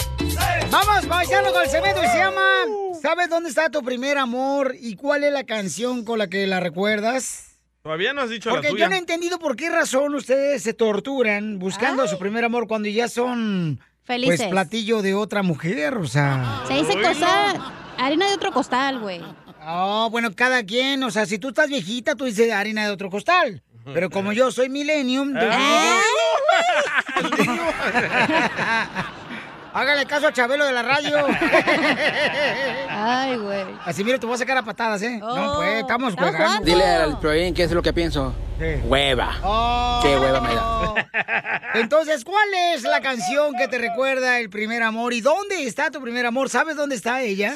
Vamos, paisano, con el cemento y se llama...
Uh.
¿Sabes dónde está tu primer amor y cuál es la canción con la que la recuerdas?
Todavía no has dicho
Porque
la
yo
tuya.
no he entendido por qué razón ustedes se torturan buscando a su primer amor cuando ya son...
Felices.
Pues platillo de otra mujer, o sea...
Se dice costal, harina de otro costal, güey.
Oh, bueno, cada quien, o sea, si tú estás viejita, tú dices harina de otro costal. Pero como yo soy millennium,
¿Eh?
yo
Ah.
¿Eh?
digo- Hágale caso a Chabelo de la radio.
Ay, güey.
Así, mira, te voy a sacar a patadas, ¿eh?
Oh,
no, pues, estamos jugando.
Dile al Proin qué es lo que pienso. Hueva. Qué hueva me da.
Oh. Entonces, ¿cuál es la canción que te recuerda el primer amor? ¿Y dónde está tu primer amor? ¿Sabes dónde está ella?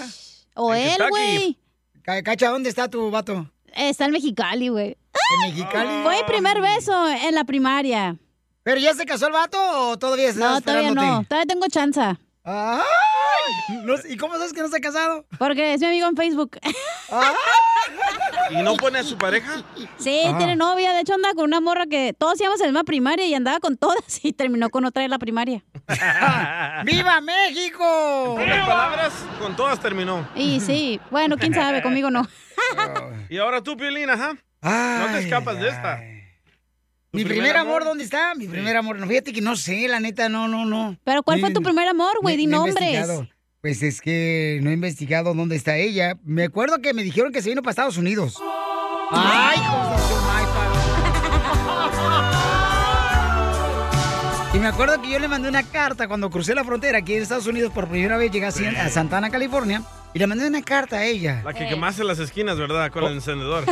O En él, Kentucky. güey.
Ca- Cacha, ¿dónde está tu vato?
Está en Mexicali, güey.
¿En Mexicali?
Fue mi primer beso en la primaria.
¿Pero ya se casó el vato o todavía está
No, todavía no. Todavía tengo chanza.
No sé, ¿Y cómo sabes que no se ha casado?
Porque es mi amigo en Facebook.
¿Y no pone a su pareja?
Sí,
Ah.
tiene novia. De hecho, anda con una morra que todos íbamos en la misma primaria y andaba con todas y terminó con otra de la primaria.
¡Viva México!
En pocas palabras, con todas terminó.
Y sí, bueno, quién sabe, conmigo no.
Y ahora tú, Piolín, ajá. no te escapas de esta.
¿Mi
primer
primer, amor,
amor?
dónde está? Mi primer amor. No, fíjate que no sé, la neta, no, no, no.
Pero ¿cuál fue tu primer amor, güey?
ni-
Di
ni he
nombres.
investigado. Pues es que no he investigado dónde está ella. Me acuerdo que me dijeron que se vino para Estados Unidos. ¡Ay, hijos de su madre, pa- Y me acuerdo que yo le mandé una carta cuando crucé la frontera aquí en Estados Unidos por primera vez, llegué así a Santana, California, y le mandé una carta a ella.
La que quemaste las esquinas, ¿verdad?
Oh.
Con el encendedor.
Eh.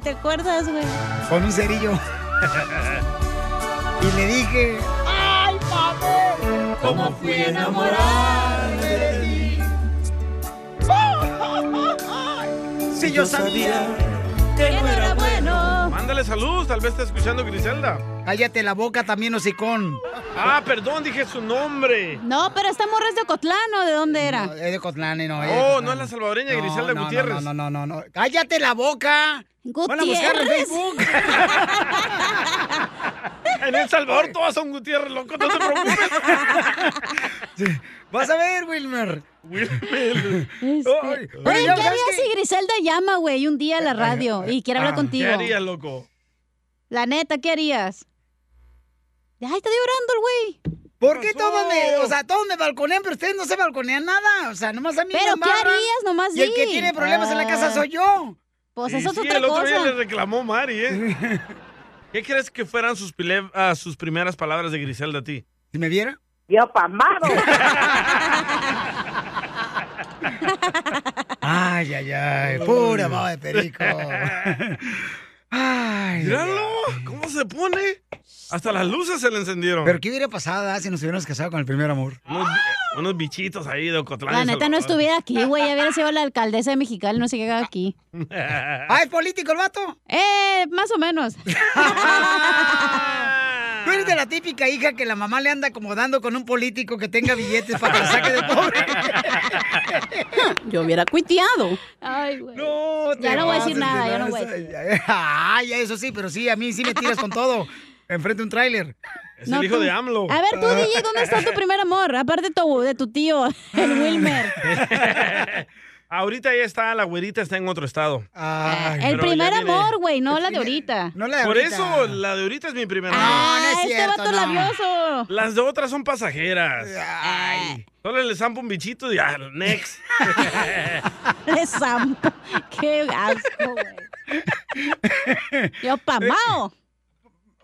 ¿Te acuerdas, güey?
Con un cerillo. Y le dije,
¡Ay, papel!
¿Cómo
fui a enamorarme de ti?
Si yo sabía
que
no era bueno.
Mándale salud, tal vez está escuchando Griselda.
cállate la boca también, hocicón.
Ah, perdón, dije su nombre.
No, pero esta morra es de Ocotlán, ¿o de dónde era?
Es de Cotlán, no. es de
Oh,
Cotlán.
no es la salvadoreña
No,
Griselda
no, no,
Gutiérrez.
No, no, no, no. ¡Cállate la boca! Van a buscar en
Gutiérrez.
Facebook.
En El Salvador todas son Gutiérrez, loco, no te preocupes.
Vas a ver, Wilmer.
Wilmer.
Este, Güey, ¿qué harías si Griselda llama, güey, un día a la radio y quiere hablar
Ah,
contigo?
¿Qué harías, loco?
La neta, ¿qué harías? Ay, está llorando el güey.
¿Por qué todos me, o sea, todos me balconean, pero ustedes no se balconean nada? O sea, nomás a mí
¿Pero
me
qué
amarran.
harías? Nomás
Y el
di.
que tiene problemas en la casa
Ah.
soy yo.
Pues
Y
eso es
sí,
otra
el otro día
cosa.
le reclamó Mari, ¿eh? ¿Qué crees que fueran sus, pile- ah, sus primeras palabras de Griselda a ti?
Si me viera.
Yo pamado.
Ay, ay, ay. Pura baba de perico. Ay.
Míralo, Ah, ¿cómo se pone? Hasta las luces se le encendieron.
Pero ¿qué hubiera pasado ah, si nos hubiéramos casado con el primer amor?
Unos, bi- eh, unos bichitos ahí de Ocotlán.
La neta, no estuviera aquí, güey. Ya hubiera sido la alcaldesa de Mexicali, no sé qué haga aquí.
estuve.
Ah, ¿es político el vato?
Eh, más o menos.
Tú eres de la típica hija que la mamá le anda acomodando con un político que tenga billetes para que la saque de pobre.
Yo hubiera cuiteado.
Ay, güey. No,
Ya no voy a decir nada, ya no voy a
decir. Ay, eso sí, pero sí, a mí sí me tiras con todo. Enfrente de un tráiler.
No, tú- A ver, tú, DJ, ¿dónde está tu primer amor? Aparte de tu, de tu tío, el Wilmer.
Ahorita ya está, la güerita está en otro estado.
el
Pero ya
primer
viene-
amor, güey, no la de ahorita. No
Por eso, la de ahorita es mi primera.
Ah, no es este cierto, vato no. labioso.
Las de otras son pasajeras. Ay. Solo le zampo un bichito y ya, next.
Le zampo. Qué asco, güey. Yo pamao.
Eh,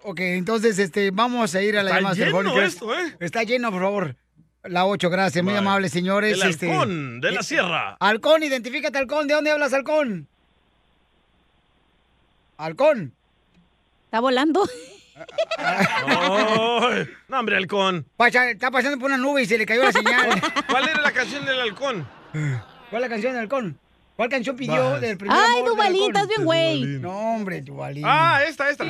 Ok, entonces este, vamos a ir a la
Está
llamada
lleno
telefónica.
esto, ¿eh?
Está lleno, por favor. La 8, gracias. Muy amable, señores.
El
este,
halcón de la
eh,
sierra.
Halcón, identifícate, halcón. ¿De dónde hablas, halcón? Halcón.
Está volando.
Ay, no, hombre, halcón.
Pasa- está pasando por una nube y se le cayó la señal.
¿Cuál era la canción del halcón?
¿Cuál es la canción del halcón? ¿Cuál canción pidió
Vas.
del primer
Ay,
amor del
Duvalín,
halcón?
estás bien güey.
No, hombre, Duvalín.
Ah, esta, esta.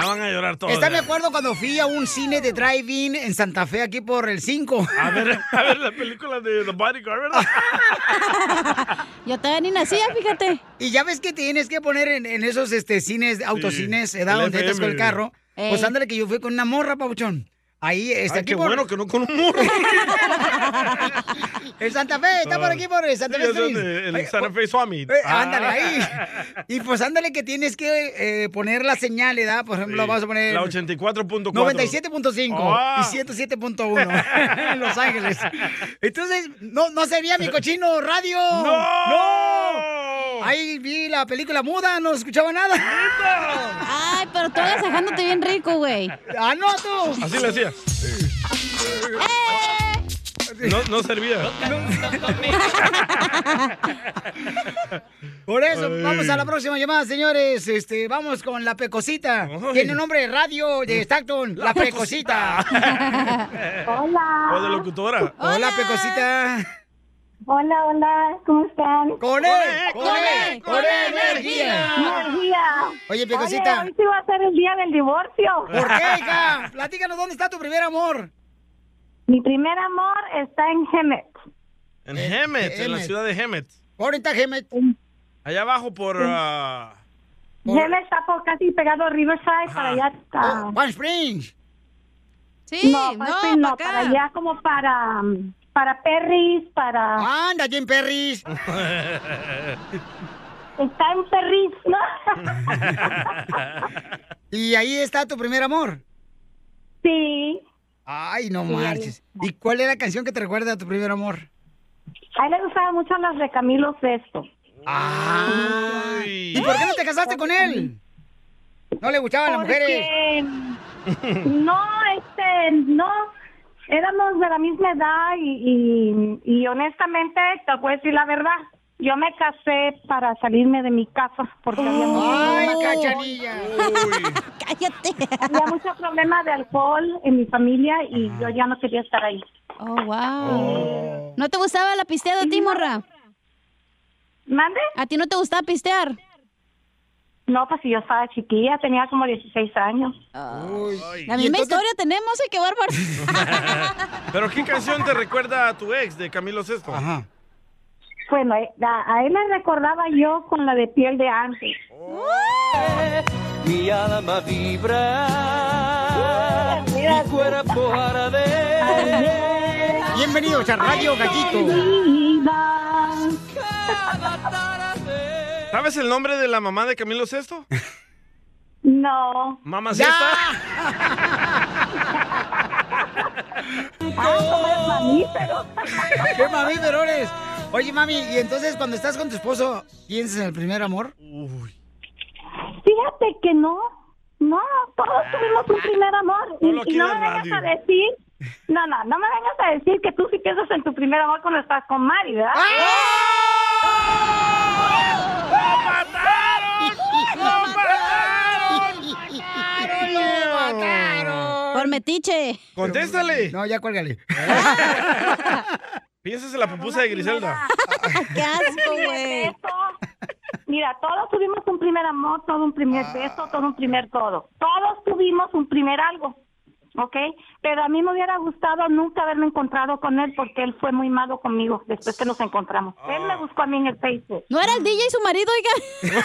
Ya van a llorar todos.
Está me acuerdo cuando fui a un cine de drive-in en Santa Fe, aquí por el 5.
A ver, a ver la película de The Bodyguard, ¿verdad?
Ah, Yo todavía ni nacía, fíjate. Y ya ves que tienes que poner en, en esos este, cines, autocines, edad
el
donde estás con el
FM.
carro. Pues
Ey.
ándale que yo fui con una morra, Pabuchón. Ahí está
Ay,
aquí
qué
por-
bueno que no con un morro.
El Santa Fe, está por aquí por el Santa Fe.
Sí, es
Street.
donde
Ay,
El Santa Fe Swami.
Eh, ándale ahí. Y pues ándale que tienes que eh, poner la señal, ¿verdad? Por ejemplo,
Ah, Sí,
vas a poner
La 84.4.
97.5
Ah.
y 107.1 en Los Ángeles. Entonces, no, no sería mi cochino radio.
¡No!
¡No! Ahí vi la película muda, no escuchaba nada.
Ay, pero tú agasajándote bien rico, güey.
Ah, no, tú.
Así le hacía. No, no servía.
Por eso,
Ay.
vamos a la próxima llamada, señores. Este, vamos con la pecosita. Tiene un nombre de radio de Stockton, la, pecosita.
Hola.
O de locutora.
Hola, pecosita.
Hola, hola, ¿cómo están?
¡Con él! ¡Con
E,
él! ¡Con él! ¡Energía!
¡Energía!
Oye, Pecosita.
Oye, hoy sí va a ser el día del divorcio.
¿Por qué, hija? Platícanos dónde está tu primer amor.
Mi primer amor está en Hemet.
En Hemet, en la
Hemet.
ciudad de Hemet.
Ahorita Hemet.
Allá abajo por... ah,
Hemet está por casi pegado a Riverside, para allá está.
Oh, Palm Springs.
Sí,
no, Palm
no,
Springs no,
pa'
para
acá.
allá como para, mm, para Perris, para...
Anda, aquí en Perris.
Está en Perris, ¿no?
Y ahí está tu primer amor.
Sí.
Ay, no
Sí, ahí
marches. ¿Y cuál es la canción que te recuerda a tu primer amor?
A él le gustaban mucho las de Camilo Sesto.
Ah. ¿Y por qué no te casaste con él? No le gustaban las mujeres.
No, este, no. Éramos de la misma edad y, y, y honestamente te voy a decir la verdad. Yo me casé para salirme de mi casa porque había mucho
Ay,
problema.
cachanilla.
Había mucho problema de alcohol en mi familia y yo ya no quería estar ahí.
Oh, wow.
Oh.
¿No te gustaba la pisteada a ti, morra?
¿Mande?
¿A ti no te gustaba pistear?
No, pues si yo estaba chiquilla, tenía como 16 años.
La misma historia tenemos, ¿eh? Qué bárbaro.
¿Pero qué canción te recuerda a tu ex de Camilo Sesto? Ajá.
Bueno, eh, a, a él le recordaba yo con la de piel de ángel.
Mi alma vibra, mi cuerpo árabe.
Bienvenidos a Radio Gallito.
¿Sabes el nombre de la mamá de Camilo Sesto?
No.
¿Mamá
Ya.
Sesta?
mamífero.
¡Qué mamífero eres! Oye, mami, ¿y entonces cuando estás con tu esposo piensas en el primer amor?
Fíjate que no, no, todos tuvimos un primer amor. Y,
Solo aquí
y no
en
me
la
vengas
radio.
a decir, no, no, no me vengas a decir que tú sí piensas en tu primer amor cuando estás con Mari, ¿verdad?
¡Ah!
¡Lo mataron! ¡Lo mataron! ¡Lo mataron!
Por metiche.
¡Contéstale!
No, ya cuélgale.
Piensas en la pupusa de Griselda.
¡Qué asco, güey!
Mira, todos tuvimos un primer amor, todo un primer beso, todo un primer todo. Todos tuvimos un primer algo, ¿ok? Pero a mí me hubiera gustado nunca haberme encontrado con él porque él fue muy malo conmigo después que nos encontramos. Él me buscó a mí en el Facebook.
¿No era el DJ su marido, oiga?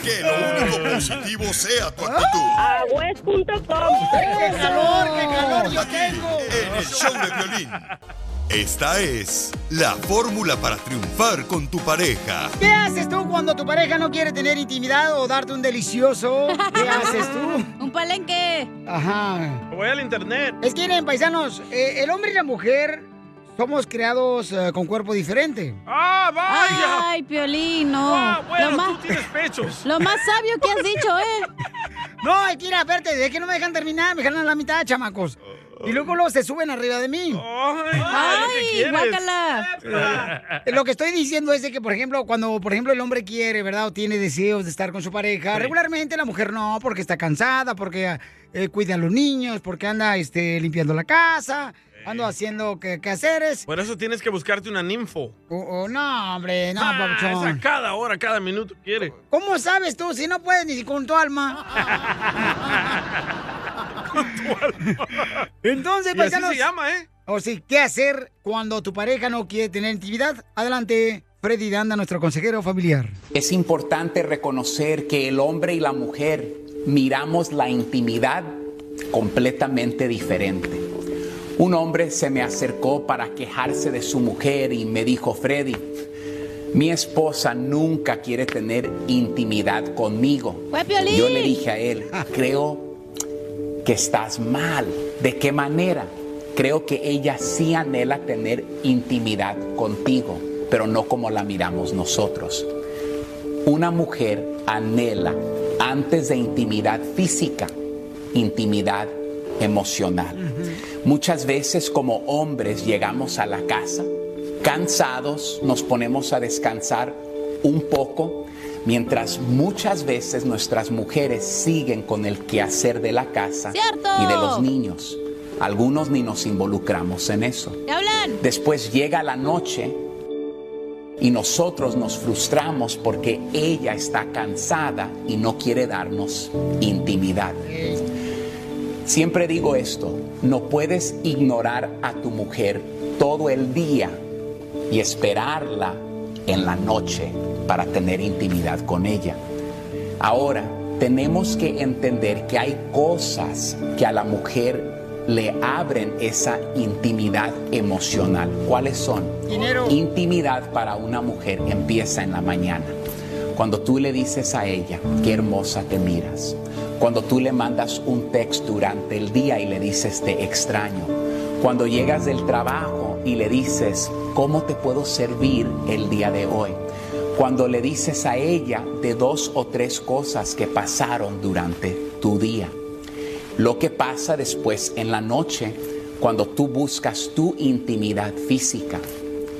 Que lo único positivo sea tu actitud.
Ah, ¡Qué calor, qué calor yo
Aquí,
tengo!
En el show de violín. Esta es la fórmula para triunfar con tu pareja.
¿Qué haces tú cuando tu pareja no quiere tener intimidad o darte un delicioso? ¿Qué haces tú?
Un palenque.
Ajá.
Voy al internet.
Es que, miren, paisanos, eh, el hombre y la mujer somos creados eh, con cuerpo diferente.
¡Ah, vaya!
Ay, Piolín, no.
Ah, bueno,
lo,
tú
más,
tienes pechos.
lo más sabio que has dicho, ¿eh?
No, es que, mira, espérate, es que no me dejan terminar, me dejan a la mitad, chamacos. Y luego, luego se suben arriba de mí.
¡Ay, guácala!
Eh, Lo que estoy diciendo es de que, por ejemplo, cuando, por ejemplo, el hombre quiere, ¿verdad? O tiene deseos de estar con su pareja, regularmente la mujer no, porque está cansada, porque eh, cuida a los niños, porque anda este, limpiando la casa, anda haciendo que- quehaceres.
Por eso tienes que buscarte una ninfo.
O- o no, hombre, Eh, no,
Ah,
papuchón.
esa cada hora, cada minuto quiere.
¿Cómo sabes tú si no puedes ni con tu alma? Entonces,
Y así
paisanos.
se llama, ¿eh?
O sí, ¿qué hacer cuando tu pareja no quiere tener intimidad? Adelante, Freddy Danda, nuestro consejero familiar.
Es importante reconocer que el hombre y la mujer miramos la intimidad completamente diferente. Un hombre se me acercó para quejarse de su mujer y me dijo, Freddy, mi esposa nunca quiere tener intimidad conmigo.
Fue Piolín.
Yo le dije a él, creo que estás mal. ¿De qué manera? Creo que ella sí anhela tener intimidad contigo, pero no como la miramos nosotros. Una mujer anhela, antes de intimidad física, intimidad emocional. Muchas veces como hombres llegamos a la casa, cansados, nos ponemos a descansar un poco, mientras muchas veces nuestras mujeres siguen con el quehacer de la casa
¡Cierto!
y de los niños. Algunos ni nos involucramos en eso.
¿Qué hablan?
Después llega la noche y nosotros nos frustramos porque ella está cansada y no quiere darnos intimidad. Siempre digo esto, no puedes ignorar a tu mujer todo el día y esperarla en la noche para tener intimidad con ella. Ahora, tenemos que entender que hay cosas que a la mujer le abren esa intimidad emocional. ¿Cuáles son?
Dinero.
Intimidad para una mujer empieza en la mañana. Cuando tú le dices a ella, qué hermosa te miras. Cuando tú le mandas un texto durante el día y le dices, te extraño. Cuando llegas del trabajo y le dices, ¿cómo te puedo servir el día de hoy? Cuando le dices a ella de dos o tres cosas que pasaron durante tu día lo que pasa después en la noche cuando tú buscas tu intimidad física.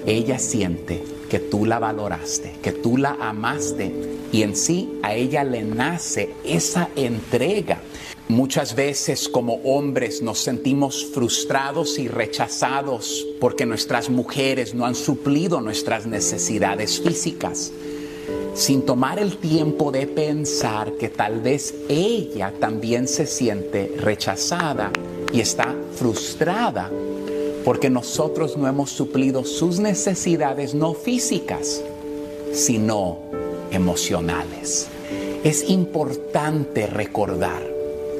Ella siente que tú la valoraste, que tú la amaste y en sí a ella le nace esa entrega. Muchas veces como hombres nos sentimos frustrados y rechazados porque nuestras mujeres no han suplido nuestras necesidades físicas sin tomar el tiempo de pensar que tal vez ella también se siente rechazada y está frustrada porque nosotros no hemos suplido sus necesidades no físicas, sino emocionales. Es importante recordar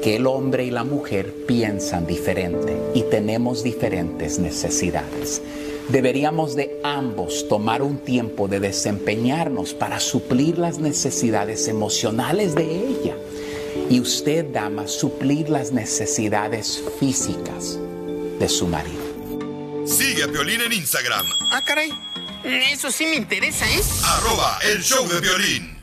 que el hombre y la mujer piensan diferente y tenemos diferentes necesidades. Deberíamos de ambos tomar un tiempo de desempeñarnos para suplir las necesidades emocionales de ella y usted, dama, suplir las necesidades físicas de su marido.
Sigue a Violín en Instagram,
Ah, caray. Eso sí me interesa, ¿eh?
arroba el show de violín.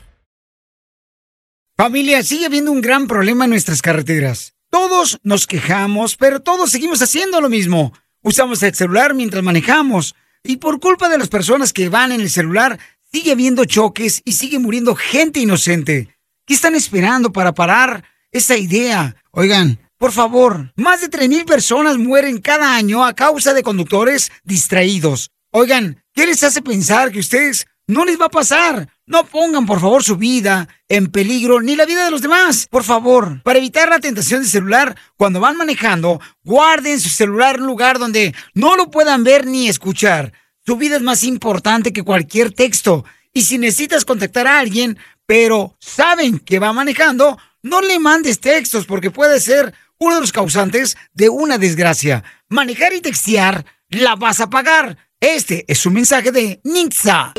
Familia, sigue habiendo un gran problema en nuestras carreteras. Todos nos quejamos, pero todos seguimos haciendo lo mismo. Usamos el celular mientras manejamos. Y por culpa de las personas que van en el celular, sigue habiendo choques y sigue muriendo gente inocente. ¿Qué están esperando para parar esa idea. Oigan, por favor, más de 3.000 personas mueren cada año a causa de conductores distraídos. Oigan, ¿qué les hace pensar que ustedes no les va a pasar? No pongan, por favor, su vida en peligro ni la vida de los demás. Por favor, para evitar la tentación de celular, cuando van manejando, guarden su celular en un lugar donde no lo puedan ver ni escuchar. Tu vida es más importante que cualquier texto. Y si necesitas contactar a alguien, pero saben que va manejando, no le mandes textos porque puede ser uno de los causantes de una desgracia. Manejar y textear la vas a pagar. Este es un mensaje de Nixa.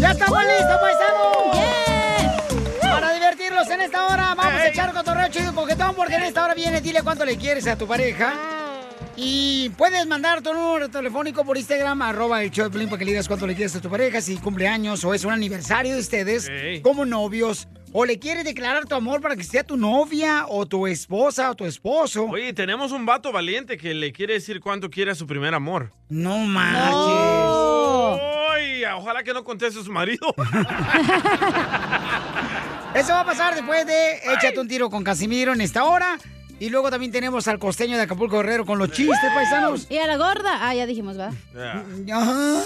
¡Ya estamos listos, paisanos! Para divertirlos en esta hora, vamos a echar cotorreo chido y coquetón, porque en esta hora viene, dile cuánto le quieres a tu pareja. Y puedes mandar tu número telefónico por Instagram, arroba el show de Piolín, para que le digas cuánto le quieres a tu pareja, si cumpleaños o es un aniversario de ustedes,
Ey.
como novios, o le quieres declarar tu amor para que sea tu novia, o tu esposa, o tu esposo.
Oye, tenemos un vato valiente que le quiere decir cuánto quiere a su primer amor.
No manches.
Ay, ojalá que no conteste su marido.
Eso va a pasar después de Échate un tiro con Casimiro en esta hora. Y luego también tenemos al costeño de Acapulco Guerrero con los chistes, paisanos.
Y a la gorda. Ah, ya dijimos, va.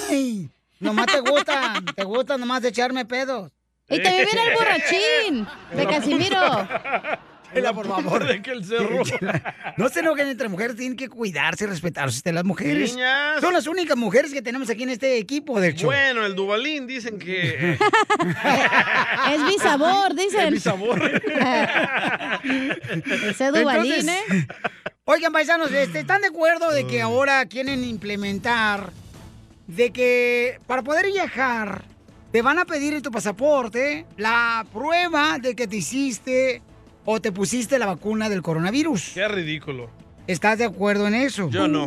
Ay, nomás te gusta, te gusta nomás de echarme pedos.
Y también viene el borrachín de Casimiro.
Chela, por favor.
De que el cerro.
No se enojen entre mujeres, tienen que cuidarse y respetarse ustedes, las mujeres.
Niñas.
Son las únicas mujeres que tenemos aquí en este equipo, de hecho.
Bueno, el Dubalín dicen que.
Es mi sabor, dicen.
Es mi sabor.
Ese Dubalín, ¿eh?
Oigan, paisanos, este, ¿están de acuerdo de
Mm.
que ahora quieren implementar de que para poder viajar te van a pedir en tu pasaporte la prueba de que te hiciste o te pusiste la vacuna del coronavirus?
Qué ridículo.
¿Estás de acuerdo en eso?
Yo no.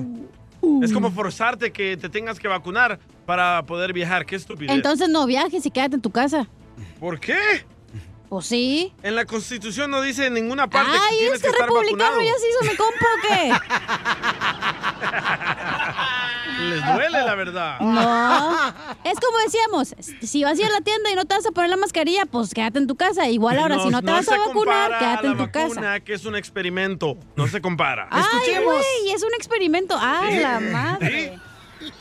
Uh.
Es como forzarte que te tengas que vacunar para poder viajar. Qué estupidez.
Entonces no viajes y quédate en tu casa.
¿Por qué?
¿O Pues sí?
En la Constitución no dice en ninguna parte que
Ay,
tienes
es que
que estar
republicano
vacunado.
ya se hizo mi compa o qué.
Les duele, la verdad.
No. Es como decíamos, si vas a ir a la tienda y no te vas a poner la mascarilla, pues quédate en tu casa. Igual ahora, si no te vas
se
a vacunar,
compara
quédate
la
en tu casa.
vacuna, que es un experimento. No se compara.
Ay, güey, es un experimento. ¡Ah,
Sí.
la madre!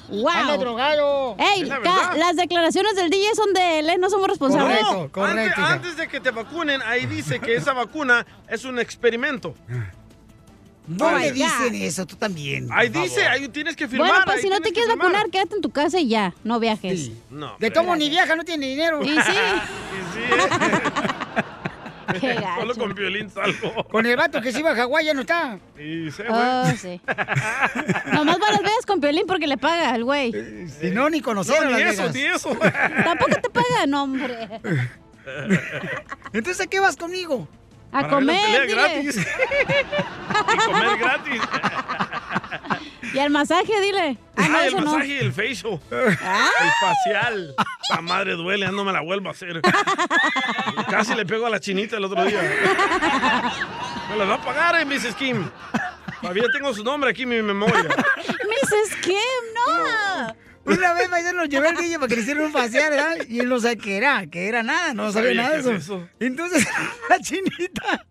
¡Wow!
Anda
drogado!
¡Ey,
Es la
ca-
verdad.
las declaraciones del DJ son de él, ¿eh? No somos responsables.
No, Antes, antes de que te vacunen, ahí dice que esa vacuna es un experimento.
¿Dónde
Ay,
dicen eso? Tú también.
Ahí dice, ahí tienes que firmar.
Oh Bueno, pues
ahí
si no
tienes
te
que
quieres
firmar.
vacunar, quédate en tu casa y ya, no viajes.
No.
De tomo ni viaja, no tiene dinero.
Y sí. Qué
eh. Solo con violín salgo.
Con el vato que se iba a Hawái ya no está.
Y se
Oh, sí. Nomás va las veces con Piolín porque le paga al güey.
Si no, ni conocer
No,
a
ni
Las
eso,
Vegas.
ni Tampoco te pagan, hombre.
Entonces, ¿a qué vas conmigo?
A Para ver la comer, pelea dile. gratis.
Y comer gratis.
Y al masaje, dile. Ah, no,
Ah, el
eso no. Ah.
masaje y el facial. El facial. La madre duele, ya no me la vuelvo a hacer. Casi le pego a la chinita el otro día. Me la va a pagar, eh, Mrs. Kim. Todavía tengo su nombre aquí en mi memoria.
Mrs. Kim, no.
Una vez me lo llevé al DJ para que le hicieran un facial, ¿verdad? Y él no sabe qué era, que era nada, no
No
sabía
sabía
nada de
qué
eso.
es
Entonces, la chinita.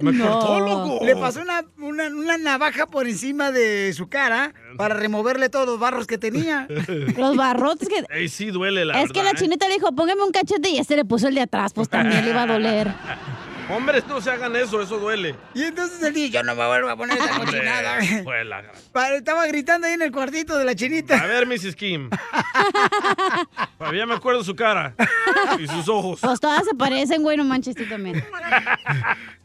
Me cortó, loco.
Le pasó una, una, una navaja por encima de su cara para removerle todos los barros que tenía.
Los barrotes que.
Ey, sí duele la
es que la
verdad, ¿eh?
chinita le dijo, póngame un cachete y este le puso el de atrás, pues también le iba a doler.
¿eh? Hombres, no se hagan eso, eso duele.
Y entonces él dijo, yo no me vuelvo a poner esa cochinada.
Hombre, fue la gran-
Para- Estaba gritando ahí en el cuartito de la chinita.
A ver, Mrs. Kim. Todavía Pues me acuerdo su cara y sus ojos.
Pues todas se parecen, güey, no manches tú también.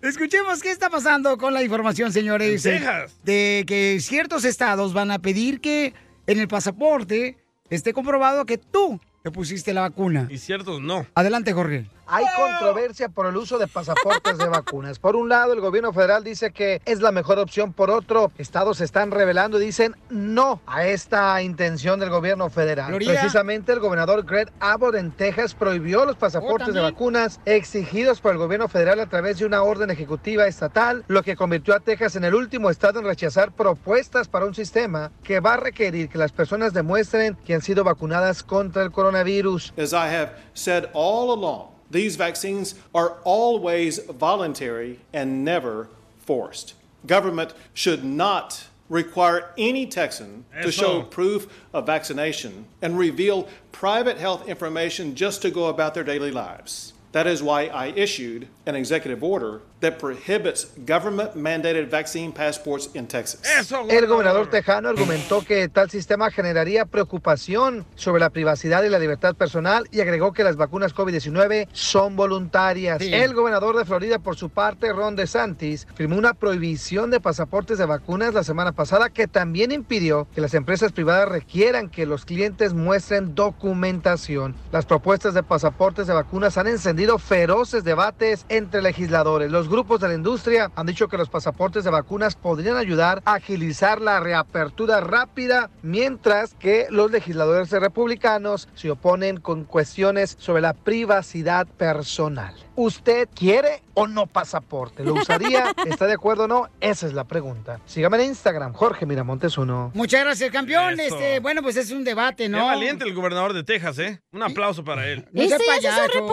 Escuchemos qué está pasando con la información, señores.
En Texas.
De que ciertos estados van a pedir que en el pasaporte esté comprobado que tú te pusiste la vacuna.
Y ciertos no.
Adelante, Jorge.
Hay controversia por el uso de pasaportes de vacunas. Por un lado, el gobierno federal dice que es la mejor opción. Por otro, estados se están revelando y dicen no a esta intención del gobierno federal.
Florida.
Precisamente el gobernador Greg Abbott en Texas prohibió los pasaportes de vacunas exigidos por el gobierno federal a través de una orden ejecutiva estatal, lo que convirtió a Texas en el último estado en rechazar propuestas para un sistema que va a requerir que las personas demuestren que han sido vacunadas contra el coronavirus.
As I have said all along, These vaccines are always voluntary and never forced. Government should not require any Texan to
Eso.
show proof of vaccination and reveal private health information just to go about their daily lives. That is why I issued an executive order that prohibits government mandated vaccine passports in Texas.
El gobernador tejano argumentó que tal sistema generaría preocupación sobre la privacidad y la libertad personal y agregó que las vacunas COVID-19 son voluntarias.
Sí.
El gobernador de Florida, por su parte, Ron DeSantis, firmó una prohibición de pasaportes de vacunas la semana pasada que también impidió que las empresas privadas requieran que los clientes muestren documentación. Las propuestas de pasaportes de vacunas han encendido feroces debates entre legisladores. Los grupos de la industria han dicho que los pasaportes de vacunas podrían ayudar a agilizar la reapertura rápida, mientras que los legisladores republicanos se oponen con cuestiones sobre la privacidad personal. ¿Usted quiere o no pasaporte? ¿Lo usaría? ¿Está de acuerdo o no? Esa es la pregunta. Sígame en Instagram, Jorge Miramontes 1.
Muchas gracias, campeón.
Eso.
Este, bueno, pues es un debate, ¿no?
Qué valiente el gobernador de Texas, ¿eh? Un aplauso para él.
No seas payaso.
don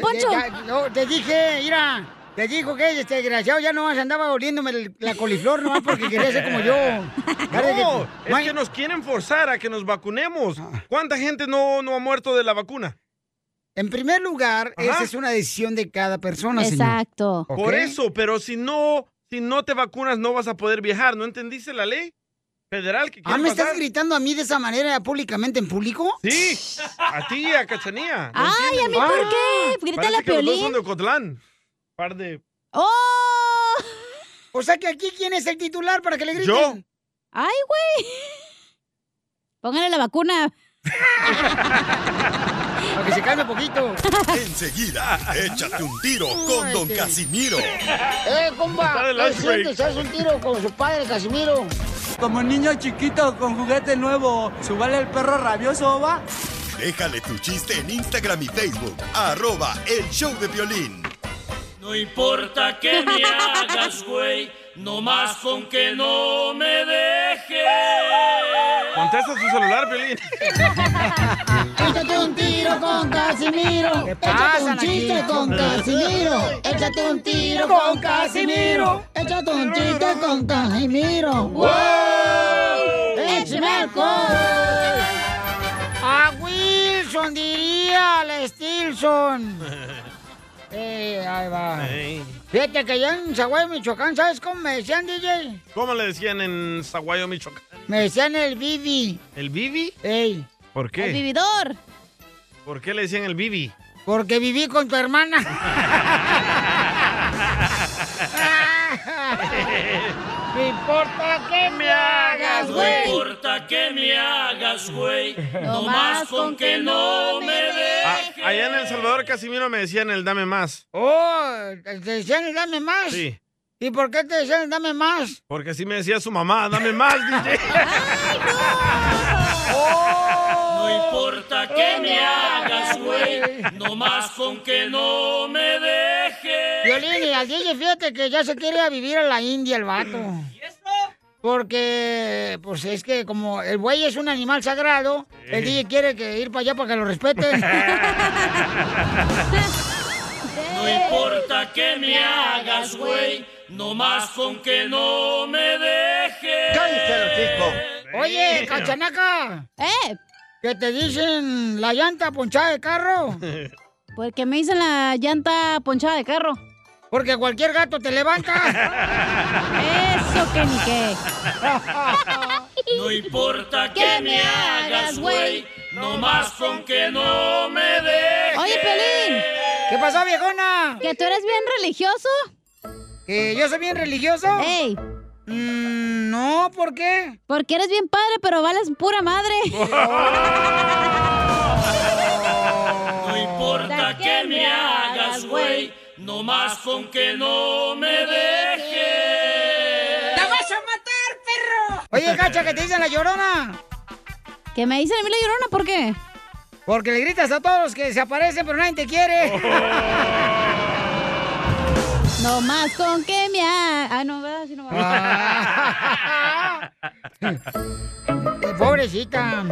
Poncho.
Ya- ya- no, te dije, mira, te dijo que este desgraciado ya no andaba oliéndome el- la coliflor nomás porque quería ser como yo. Parece que- Ah.
No, es que nos quieren forzar a que nos vacunemos. ¿Cuánta gente no, no ha muerto de la vacuna?
En primer lugar,
Ajá.
esa es una decisión de cada persona, señor.
Exacto.
¿Ok?
Por eso, pero si no, si no te vacunas no vas a poder viajar. ¿No entendiste la ley federal que
Ah,
quiere
¿me
pasar?
estás gritando a mí de esa manera públicamente en público?
Sí, a ti, a Cachanía. ¿no
Ay,
entiendes?
¿a mí por qué? Grítale
Parece
a
que los dos
Piolín.
son de Ocotlán. Par de...
¡Oh!
O sea que aquí, ¿quién es el titular para que le griten?
Yo.
¡Ay, güey! Póngale la vacuna.
Para que se calme un poquito.
Enseguida, échate un tiro con Don Casimiro.
¡Eh, compa!
del lunch break.
¿Sientes? ¿Haz un tiro con su padre, Casimiro?
Como niño chiquito con juguete nuevo, subale el perro rabioso, va.
Déjale tu chiste en Instagram y Facebook, arroba el show de violín.
No importa que me hagas, güey, no más con que no me dejes.
Contesta su celular, Piolín.
Échate un tiro con Casimiro. Échate un chiste con Casimiro. Échate un tiro con Casimiro. Échate un chiste con Casimiro. ¡Wow! ¡Échame alcohol! A Wilson diría al Stilson. Eh, ahí va.
Ey.
Fíjate que allá en Zaguay, Michoacán, ¿sabes cómo me decían, DJ?
¿Cómo le decían en Zaguayo, Michoacán?
Me decían el Bibi.
¿El Bibi?
Ey.
¿Por qué?
vividor.
¿Por qué le decían el Bibi?
Porque viví con tu hermana. No importa que me hagas,
No importa que me hagas, güey, no más con que no me
Ah,
dejes.
allá en El Salvador, Casimiro me decían el dame más.
Oh, te decían el dame más.
Sí.
¿Y por qué te decían el dame más?
Porque así me decía su mamá, dame más, DJ.
No importa que me hagas, güey, no más con que no me dejes.
Violín, y al DJ, fíjate que ya se quiere ir a vivir a la India el vato. Porque, pues es que como el buey es un animal sagrado, el DJ quiere que ir para allá para que lo respeten.
No importa que me hagas, güey, no más con que no me dejes.
Oye, cachanaca. ¿Eh? ¿Qué te dicen la llanta ponchada de carro?
Porque me dicen la llanta ponchada de carro.
Porque cualquier gato te levanta.
Eso que ni qué.
No importa que me hagas, güey, no más con que no me dejes.
Oye, Pelín.
¿Qué pasó, viejona?
¿Que tú eres bien religioso?
¿Que yo soy bien religioso? Mm,
¡Ey!
no, ¿por qué?
Porque eres bien padre, pero vales pura madre.
No importa que me hagas, güey, no más con que no me dejes.
vas a matar, perro!
Oye, cacha, ¿qué te dicen la llorona?
¿Que me dicen a mí la llorona por qué?
Porque le gritas a todos los que se aparecen, pero nadie te quiere.
No más con que me ha... Ah, no, ¿verdad? Sí, no va.
Pobrecita.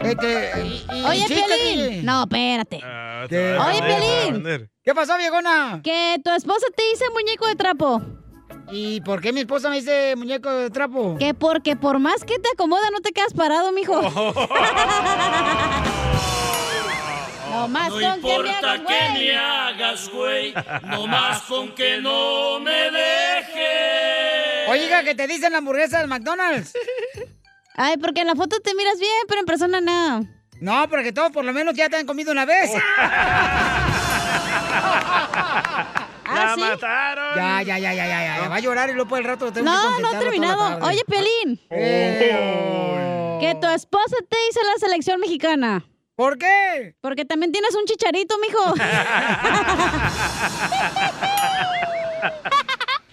Este, y- y-
Oye,
chiste, DJ.
Piolín. No, espérate.
Ah, te va a
Oye,
vender, te va a
Piolín.
¿Qué pasó, viejona?
Que tu esposa te dice muñeco de trapo.
¿Y por qué mi esposa me dice muñeco de trapo?
Que porque por más que te acomoda no te quedas parado, mijo.
Oh.
no más
No
con que me
importa
hagas,
que
güey.
me hagas, güey, nomás con que no me dejes.
Oiga, que te dicen la hamburguesa del McDonald's.
Ay, porque en la foto te miras bien, pero en persona no. Oh.
No, porque todos por lo menos ya te han comido una vez.
Ah, ¿sí?
mataron!
Ya, ya, ya, ya, ya, ya. Va a llorar y luego por el rato tengo que
No, no
contentarlo
ha
toda la
terminado.
tarde. Oh.
Oye, Pelín. Que tu esposa te dice la selección mexicana.
¿Por qué?
Porque también tienes un chicharito, mijo.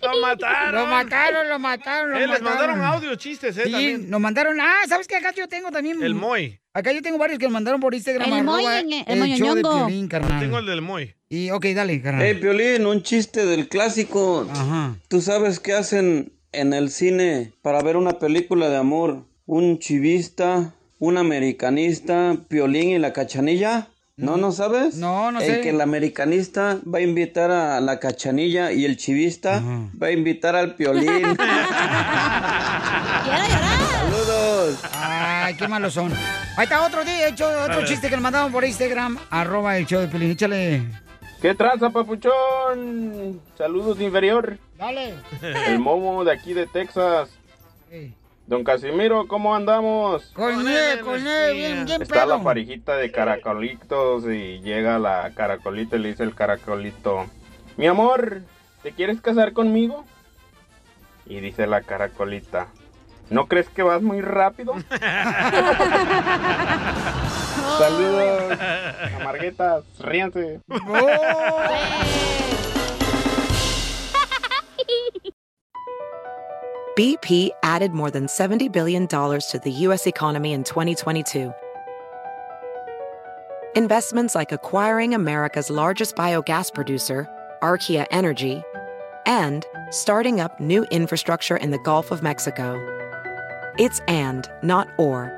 ¡Lo mataron!
Lo mataron, lo mataron, lo
Eh, les
mataron.
mandaron audio, chistes, ¿eh?
Sí,
También.
nos mandaron. Ah, ¿sabes qué? Acá yo tengo también.
El Moy.
Acá yo tengo varios que nos mandaron por Instagram.
El Moy,
arroba
el-
show
el
de
Moñoñongo.
Piolín, carnal.
Tengo el del Moy.
Y, ok, dale, carnal.
Hey, Piolín, un chiste del clásico. ¿Tú sabes qué hacen en el cine para ver una película de amor? ¿Un chivista, un americanista, Piolín y la cachanilla? ¿No, no sabes? No,
Mm. no sé.
El que el americanista va a invitar a la cachanilla y el chivista va a invitar al Piolín.
Saludos. Ay, qué malos son. Ahí está otro día, hecho, otro
Dale.
chiste que nos mandaron por Instagram. Arroba el show de Piolín. Échale.
¿Qué traza, papuchón? Saludos, inferior.
Dale.
El momo de aquí de Texas. Don Casimiro, ¿cómo andamos?
Con él, con él, bien, bien
Está la
pedo.
parejita de caracolitos y llega la caracolita y le dice el caracolito, mi amor, ¿te quieres casar conmigo? Y dice la caracolita, ¿no crees que vas muy rápido? Saludos, amarguetas, ríanse.
BP added more than $70 billion to the U.S. economy in 2022. Investments like acquiring America's largest biogas producer, Archaea Energy, and starting up new infrastructure in the Gulf of Mexico. It's and, not or.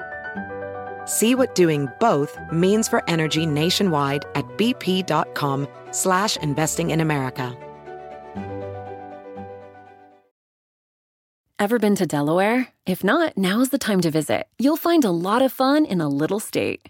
See what doing both means for energy nationwide at bp.com slash investing in America.
Ever been to Delaware? If not, now's the time to visit. You'll find a lot of fun in a little state.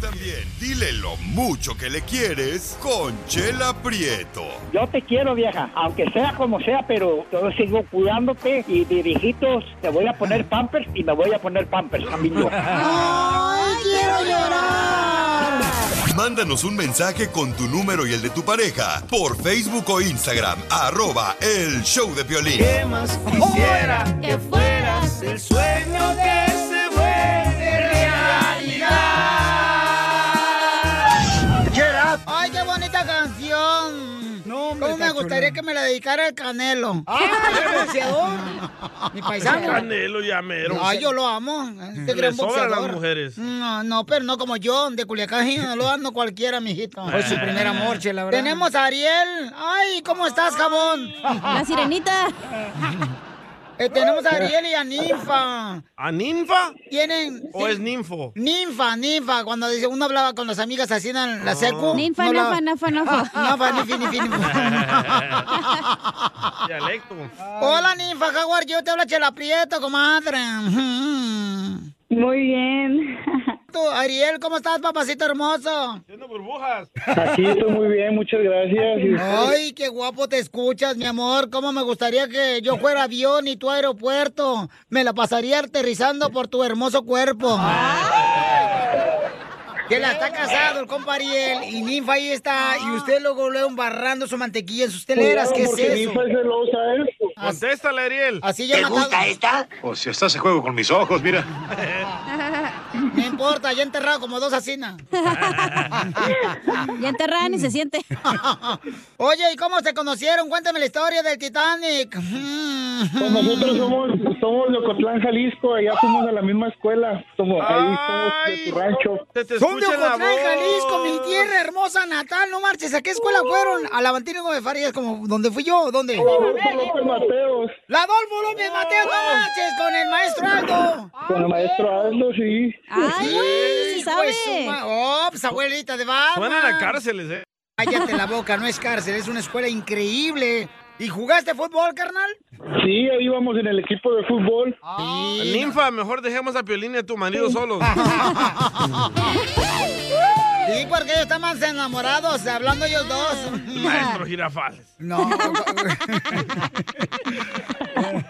También dile lo mucho que le quieres con Chela Prieto.
Yo te quiero, vieja, aunque sea como sea, pero yo sigo cuidándote y de viejitos te voy a poner pampers y me voy a poner pampers también yo.
¡Ay, quiero llorar!
Mándanos un mensaje con tu número y el de tu pareja por Facebook o Instagram, arroba el show de violín.
más
quisiera
que fueras el sueño que se vuelve realidad?
¡Ay, qué bonita canción! No ¿Cómo me gustaría que me la dedicara el Canelo?
¡Ah!
El boxeador. Mi paisano.
Canelo ya mero.
No, yo lo amo. Este
Le
gran
sobran las
boxeador.
mujeres.
No, no, pero no como yo, de Culiacán, no lo ando cualquiera, mijito.
Fue su primer amor,
la verdad. Tenemos a Ariel. Ay, ¿cómo estás, jabón?
La sirenita.
Eh, tenemos a Ariel y a Ninfa.
¿A ninfa?
¿Tienen?
¿O es ninfo?
Ninfa, ninfa. Cuando dice, uno hablaba con las amigas así en
Ah.
la secu.
Ninfa,
no hablaba-
nafa,
pues,
nafa, nafa.
Nafa, nifi, nifi,
Dialecto.
Hola, ninfa, Jaguar. Yo te hablo Chela Prieto, comadre. Muy bien. Tú, Ariel, ¿cómo estás, papacito hermoso?
burbujas.
Aquí estoy muy bien, muchas gracias. Este, ¿Y ustedes?
Ay, qué guapo te escuchas, mi amor. ¿Cómo me gustaría que yo fuera avión y tu aeropuerto? Me la pasaría aterrizando por tu hermoso cuerpo. Que la está casado el compa Ariel y Ninfa ahí está. Y usted luego luego embarrando su mantequilla en sus teleras. ¿Qué es
Porque
eso?
Ninfa es celosa, ¿eh?
Contéstale, Ariel.
Así ya
¿Te
matado-
gusta esta?
O si estás se juego con mis ojos, mira.
No importa, ya enterrado como dos asinas.
Ya enterrada ni se siente.
Oye, ¿y cómo se conocieron? Cuéntame la historia del Titanic.
Pues nosotros somos, somos de Ocotlán, Jalisco, allá fuimos a la misma escuela, somos ahí somos de tu rancho.
Son de Ocotlán, Jalisco, mi tierra hermosa natal. No marches, ¿a qué escuela fueron? A la Valentino Gómez Farías, como donde fui yo, ¿dónde?
López Mateos.
La Adolfo López Mateos, no marches, con el maestro Aldo.
Con el maestro Aldo, sí.
Ay, güey, sí sabe. oh, pues abuelita de Batman.
Suenan a cárceles, ¿eh?
Cállate la boca, no es cárcel, es una escuela increíble. ¿Y jugaste fútbol, carnal?
Sí, ahí íbamos en el equipo de fútbol.
Ah. Ninfa, mejor dejemos a Piolín y a tu marido solos.
Sí, porque ellos están más enamorados, hablando ellos dos.
Maestro Girafales.
No.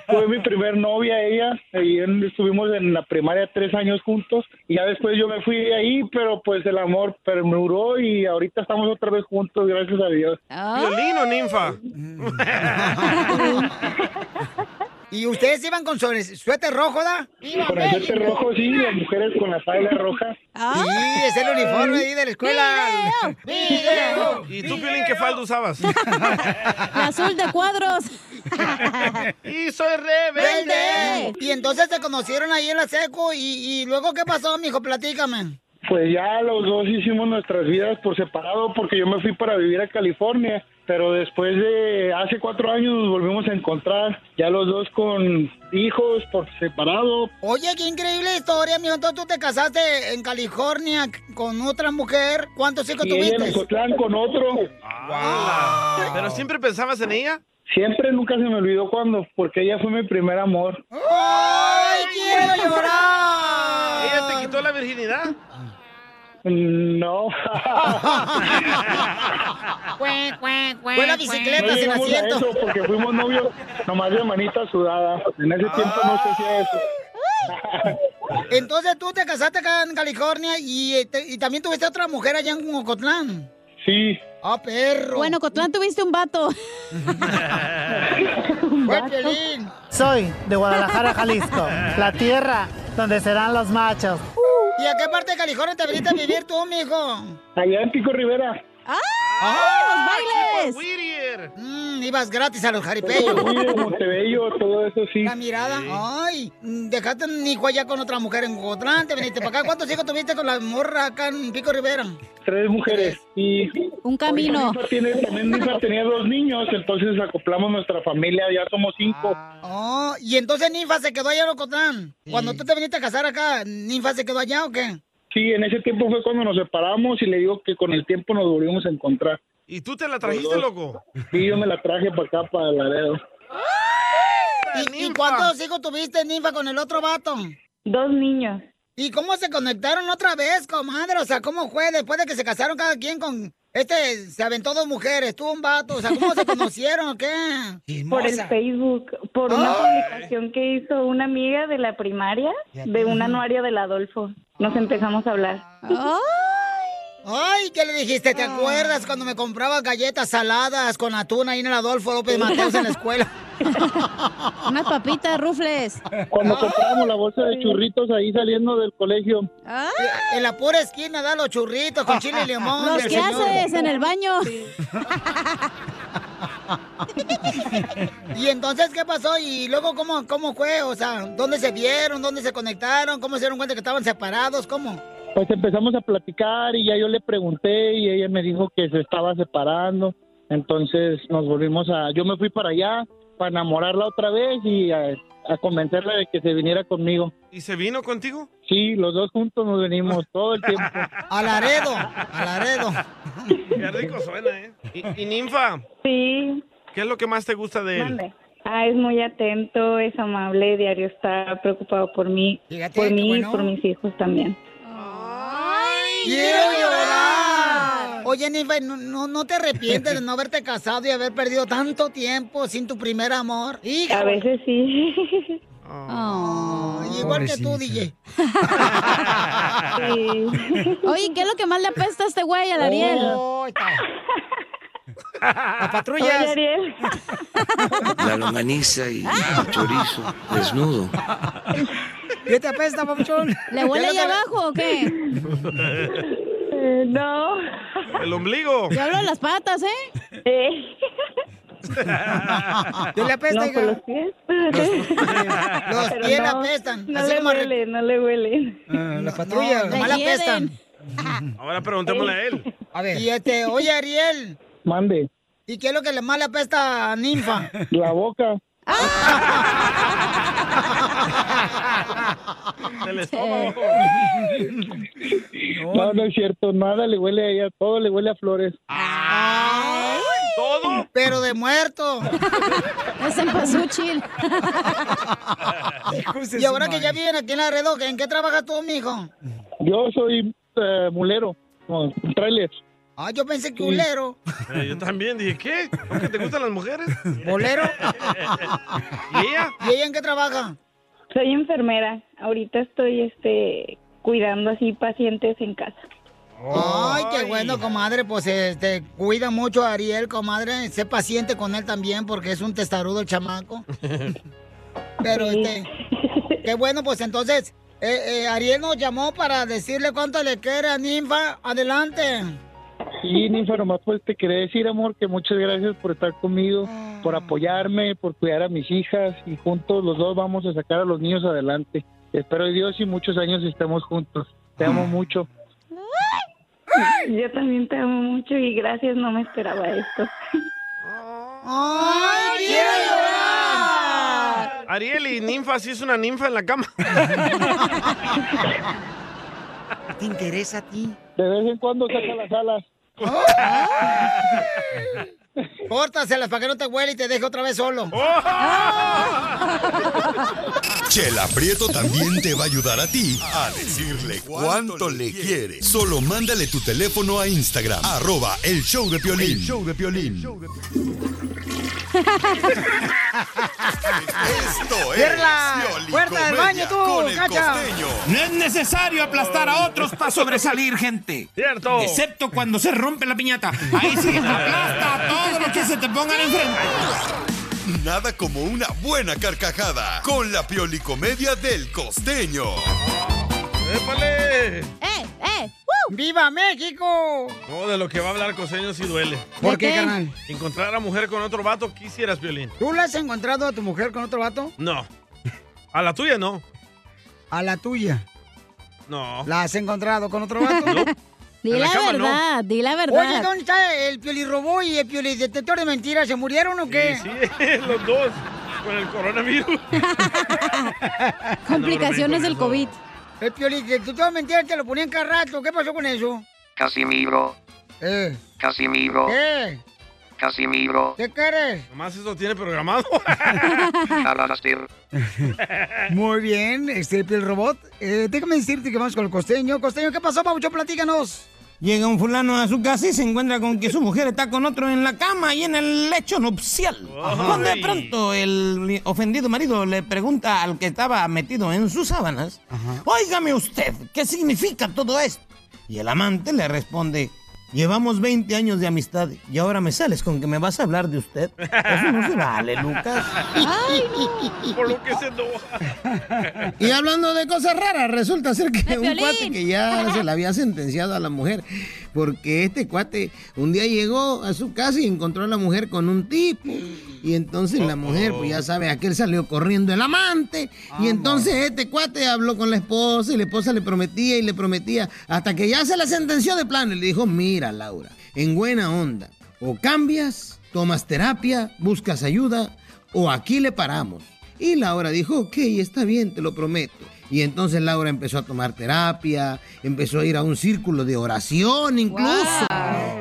Fue mi primer novia ella, y en- estuvimos en la primaria tres años juntos, y ya después yo me fui de ahí, pero pues el amor perduró y ahorita estamos otra vez juntos, gracias a Dios.
¿Piolín o ninfa?
¿Y ustedes iban con sobre- suéter rojo, da?
Con el suéter rojo, sí, las mujeres con las alas rojas.
Ah. Sí, es el uniforme ahí de la escuela. ¡Video!
¿Y tú, Piolín, qué falda usabas?
La azul de cuadros.
y soy rebelde.
Y entonces se conocieron ahí en la seco y, y luego qué pasó, mijo, platícame.
Pues ya los dos hicimos nuestras vidas por separado porque yo me fui para vivir a California, pero después de hace cuatro años nos volvimos a encontrar, ya los dos con hijos por separado.
Oye, qué increíble historia, mijo. Entonces tú te casaste en California con otra mujer. ¿Cuántos hijos
Y ella en
tuviste?
Ocotlán con otro.
Ala. ¿Pero siempre pensabas en ella?
Siempre nunca se me olvidó cuando, porque ella fue mi primer amor.
¡Ay, quiero llorar!
¿Ella te quitó la virginidad?
Mm, No.
Fue la pues. bicicleta
No
sin
llegamos a
asiento.
eso porque fuimos novios nomás de manita sudada. En ese tiempo no se hacía eso.
Entonces tú te casaste acá en California y, eh, te- y también tuviste otra mujer allá en Ocotlán.
Sí.
Ah, perro.
Bueno, Cotlán tuviste un vato.
Soy de Guadalajara, Jalisco, la tierra donde serán los machos.
¿Y a qué parte de California te viniste a vivir tú, mijo?
Allá en Pico Rivera.
¡Ah!
¡Ay,
¡Los bailes! Mm, ibas gratis a los
Fui
jaripeyos.
de Montebello, todo eso sí.
La mirada. Ay, mm, dejaste un hijo allá con otra mujer en Ocotlán, te viniste para acá. ¿Cuántos hijos tuviste con la morra acá en Pico Rivera?
Tres mujeres y
un
camino.
Tiene, también mi hija tenía dos niños, entonces acoplamos nuestra familia, ya somos cinco.
Oh, y entonces Ninfa se quedó allá en Ocotlán. Cuando tú te viniste a casar acá, ¿Ninfa se quedó allá o qué?
Sí, en ese tiempo fue cuando nos separamos y le digo que con el tiempo nos volvimos a encontrar.
¿Y tú te la trajiste,
Los dos.
loco?
Y yo me la traje para acá, para Laredo.
¿Y, y cuántos hijos tuviste, Ninfa, con el otro vato?
Dos niños.
¿Y cómo se conectaron otra vez, comadre? O sea, ¿cómo fue después de que se casaron cada quien con... Este se aventó dos mujeres, tú un vato. O sea, ¿cómo se conocieron o qué?
Por el Facebook, por una
Ay.
publicación que hizo una amiga de la primaria, de un anuario del Adolfo. Nos empezamos a hablar.
Ay, ¿qué le dijiste? ¿Te acuerdas cuando me compraba galletas saladas con atún ahí en el Adolfo López Mateos en la escuela?
Unas papitas, rufles.
Ah.
Cuando compramos la bolsa de churritos ahí saliendo del colegio.
En la pura esquina da los churritos con chile y limón.
Los
del
que
señor.
haces en el baño.
¿Y entonces qué pasó? ¿Y luego cómo, cómo fue? O sea, ¿dónde se vieron? ¿Dónde se conectaron? ¿Cómo se dieron cuenta que estaban separados? ¿Cómo?
Pues empezamos a platicar y ya yo le pregunté y ella me dijo que se estaba separando. Entonces nos volvimos a... Yo me fui para allá para enamorarla otra vez y a, a convencerla de que se viniera conmigo.
¿Y se vino contigo?
Sí, los dos juntos nos venimos todo el tiempo.
A Laredo, a Laredo.
Qué rico suena, ¿eh? Y, y Ninfa,
Sí,
¿qué es lo que más te gusta de él?
mande. Ah, es muy atento, es amable, diario está preocupado por mí, por
qué
mí
bueno.
y por mis hijos también.
¡Quiero llorar! Oye, Nifa, ¿no, no, no te arrepientes de no haberte casado y haber perdido tanto tiempo sin tu primer amor?
A veces sí.
Ay, igual que tú, DJ.
Oye, ¿qué es lo que más le apesta a este güey, al Ariel?
Oh,
¡A
Oye, Ariel,
La longaniza y el chorizo desnudo.
¿Qué te apesta, papuchón?
¿Le huele
¿Qué
ahí
es lo que-
abajo o qué?
eh, no.
El ombligo.
Te hablo de las patas, ¿eh?
¿Qué le
Pues,
apesta,
no, pues,
hija?
con los pies.
Los
Pero
pies le
Ah, no,
apestan.
No
así
le
como re-
huelen, no le huelen.
las patrullas,
no,
Ah, nomás
le
le apestan.
Ahora preguntémosle a él.
A ver. Y este, oye, Ariel,
Mande,
¿y qué es lo que le más le apesta a Ninfa?
la boca.
El estómago.
No, no es cierto, nada le huele a ella, todo le huele a flores.
Ah.
¿Todo?
Pero de muerto.
Es en Pasuchil.
y ahora que ya viene aquí en la Redoque, ¿en qué trabajas tú, mijo?
Yo soy eh, mulero, con trailer.
Ah, yo pensé que
Sí.
ulero.
Eh, yo también dije, ¿qué? ¿Por qué te gustan las mujeres?
¿Bolero?
¿Y ella?
¿Y ella en qué trabaja?
Soy enfermera. Ahorita estoy este cuidando así pacientes en casa.
Ay, qué bueno, comadre. Pues este, cuida mucho a Ariel, comadre. Sé paciente con él también porque es un testarudo el chamaco. Pero este, qué bueno, pues entonces, eh, eh, Ariel nos llamó para decirle cuánto le quiere a Ninfa. Adelante.
Sí, Ninfa, nomás pues te quería decir, amor, que muchas gracias por estar conmigo, por apoyarme, por cuidar a mis hijas y juntos los dos vamos a sacar a los niños adelante. Espero de Dios y muchos años estemos juntos. Te amo mucho.
Yo también te amo mucho y gracias, no me esperaba esto.
¡Ay, quiero llorar!
Ariel y ninfa, sí es una ninfa en la cama.
¿Te interesa a ti?
De vez en cuando saca las alas.
Córtaselas para que no te huele y te deje otra vez solo.
Chela Prieto también te va a ayudar a ti a decirle cuánto le quiere. Solo mándale tu teléfono a Instagram, arroba el show de Piolín. show de Piolín. Esto es
¡Cierra!
Pioli
¡Puerta del
Comedia
baño tú,
con el
cacha!
costeño.
No es necesario aplastar a otros para sobresalir, gente.
Cierto.
Excepto cuando se rompe la piñata. Ahí sí, aplasta a todos los que se te pongan enfrente.
Nada como una buena carcajada con la Pioli Comedia del costeño.
¡Épale!
¡Eh, eh!
¡Viva México!
No, de lo que va a hablar Coseño sí duele.
¿Por qué, carnal?
Encontrar a mujer con otro vato, quisieras, Violín.
¿Tú le has encontrado a tu mujer con otro vato?
No. A la tuya no.
A la tuya.
No.
¿La has encontrado con otro vato?
Di la, verdad, di la verdad.
Oye, ¿dónde está el piolirrobó y el piolidetector de mentiras? ¿Se murieron o qué?
Sí, los dos. Con el coronavirus.
Complicaciones
No,
del
no, no,
COVID.
El piolidetector de mentiras te lo ponían cada rato. ¿Qué pasó con eso?
Casimiro.
Eh.
Casimiro.
¿Qué?
Casimiro.
¿Qué quieres?
Nomás eso tiene programado.
Alastair.
Eh.
Muy bien, este el robot. Eh, déjame decirte que vamos con el costeño. Costeño, ¿qué pasó, Pabuchón? Platícanos.
Llega un fulano a su casa y se encuentra con que su mujer está con otro en la cama y en el lecho nupcial. Cuando de pronto el ofendido marido le pregunta al que estaba metido en sus sábanas, óigame usted, ¿qué significa todo esto? Y el amante le responde, llevamos 20 años de amistad y ahora me sales con que me vas a hablar de usted. Eso no se vale, Lucas.
Ay, no. Por lo que se enoja.
Y hablando de cosas raras, resulta ser que
De
un
Piolín.
cuate que ya se le había sentenciado a la mujer, porque este cuate un día llegó a su casa y encontró a la mujer con un tipo. Y entonces la mujer, pues ya sabe, aquel salió corriendo el amante. y entonces este cuate habló con la esposa y la esposa le prometía y le prometía hasta que ya se la sentenció de plano y le dijo, mira Laura, en buena onda, o cambias, tomas terapia, buscas ayuda, o aquí le paramos. Y Laura dijo, ok, está bien, te lo prometo. Y entonces Laura empezó a tomar terapia, empezó a ir a un círculo de oración incluso.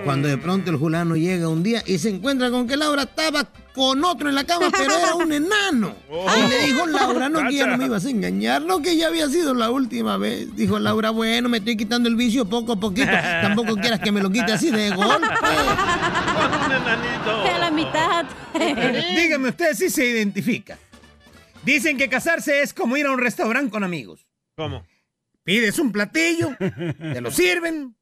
Cuando de pronto el fulano llega un día y se encuentra con que Laura estaba con otro en la cama, pero era un enano. Y le dijo Laura, no que ya no me ibas a engañar, no que ya había sido la última vez. Dijo Laura, bueno, me estoy quitando el vicio poco a poquito. Tampoco quieras que me lo quite así de golpe.
De la mitad.
Dígame usted si se identifica. Dicen que casarse es como ir a un restaurante con amigos.
¿Cómo?
Pides un platillo, te lo sirven,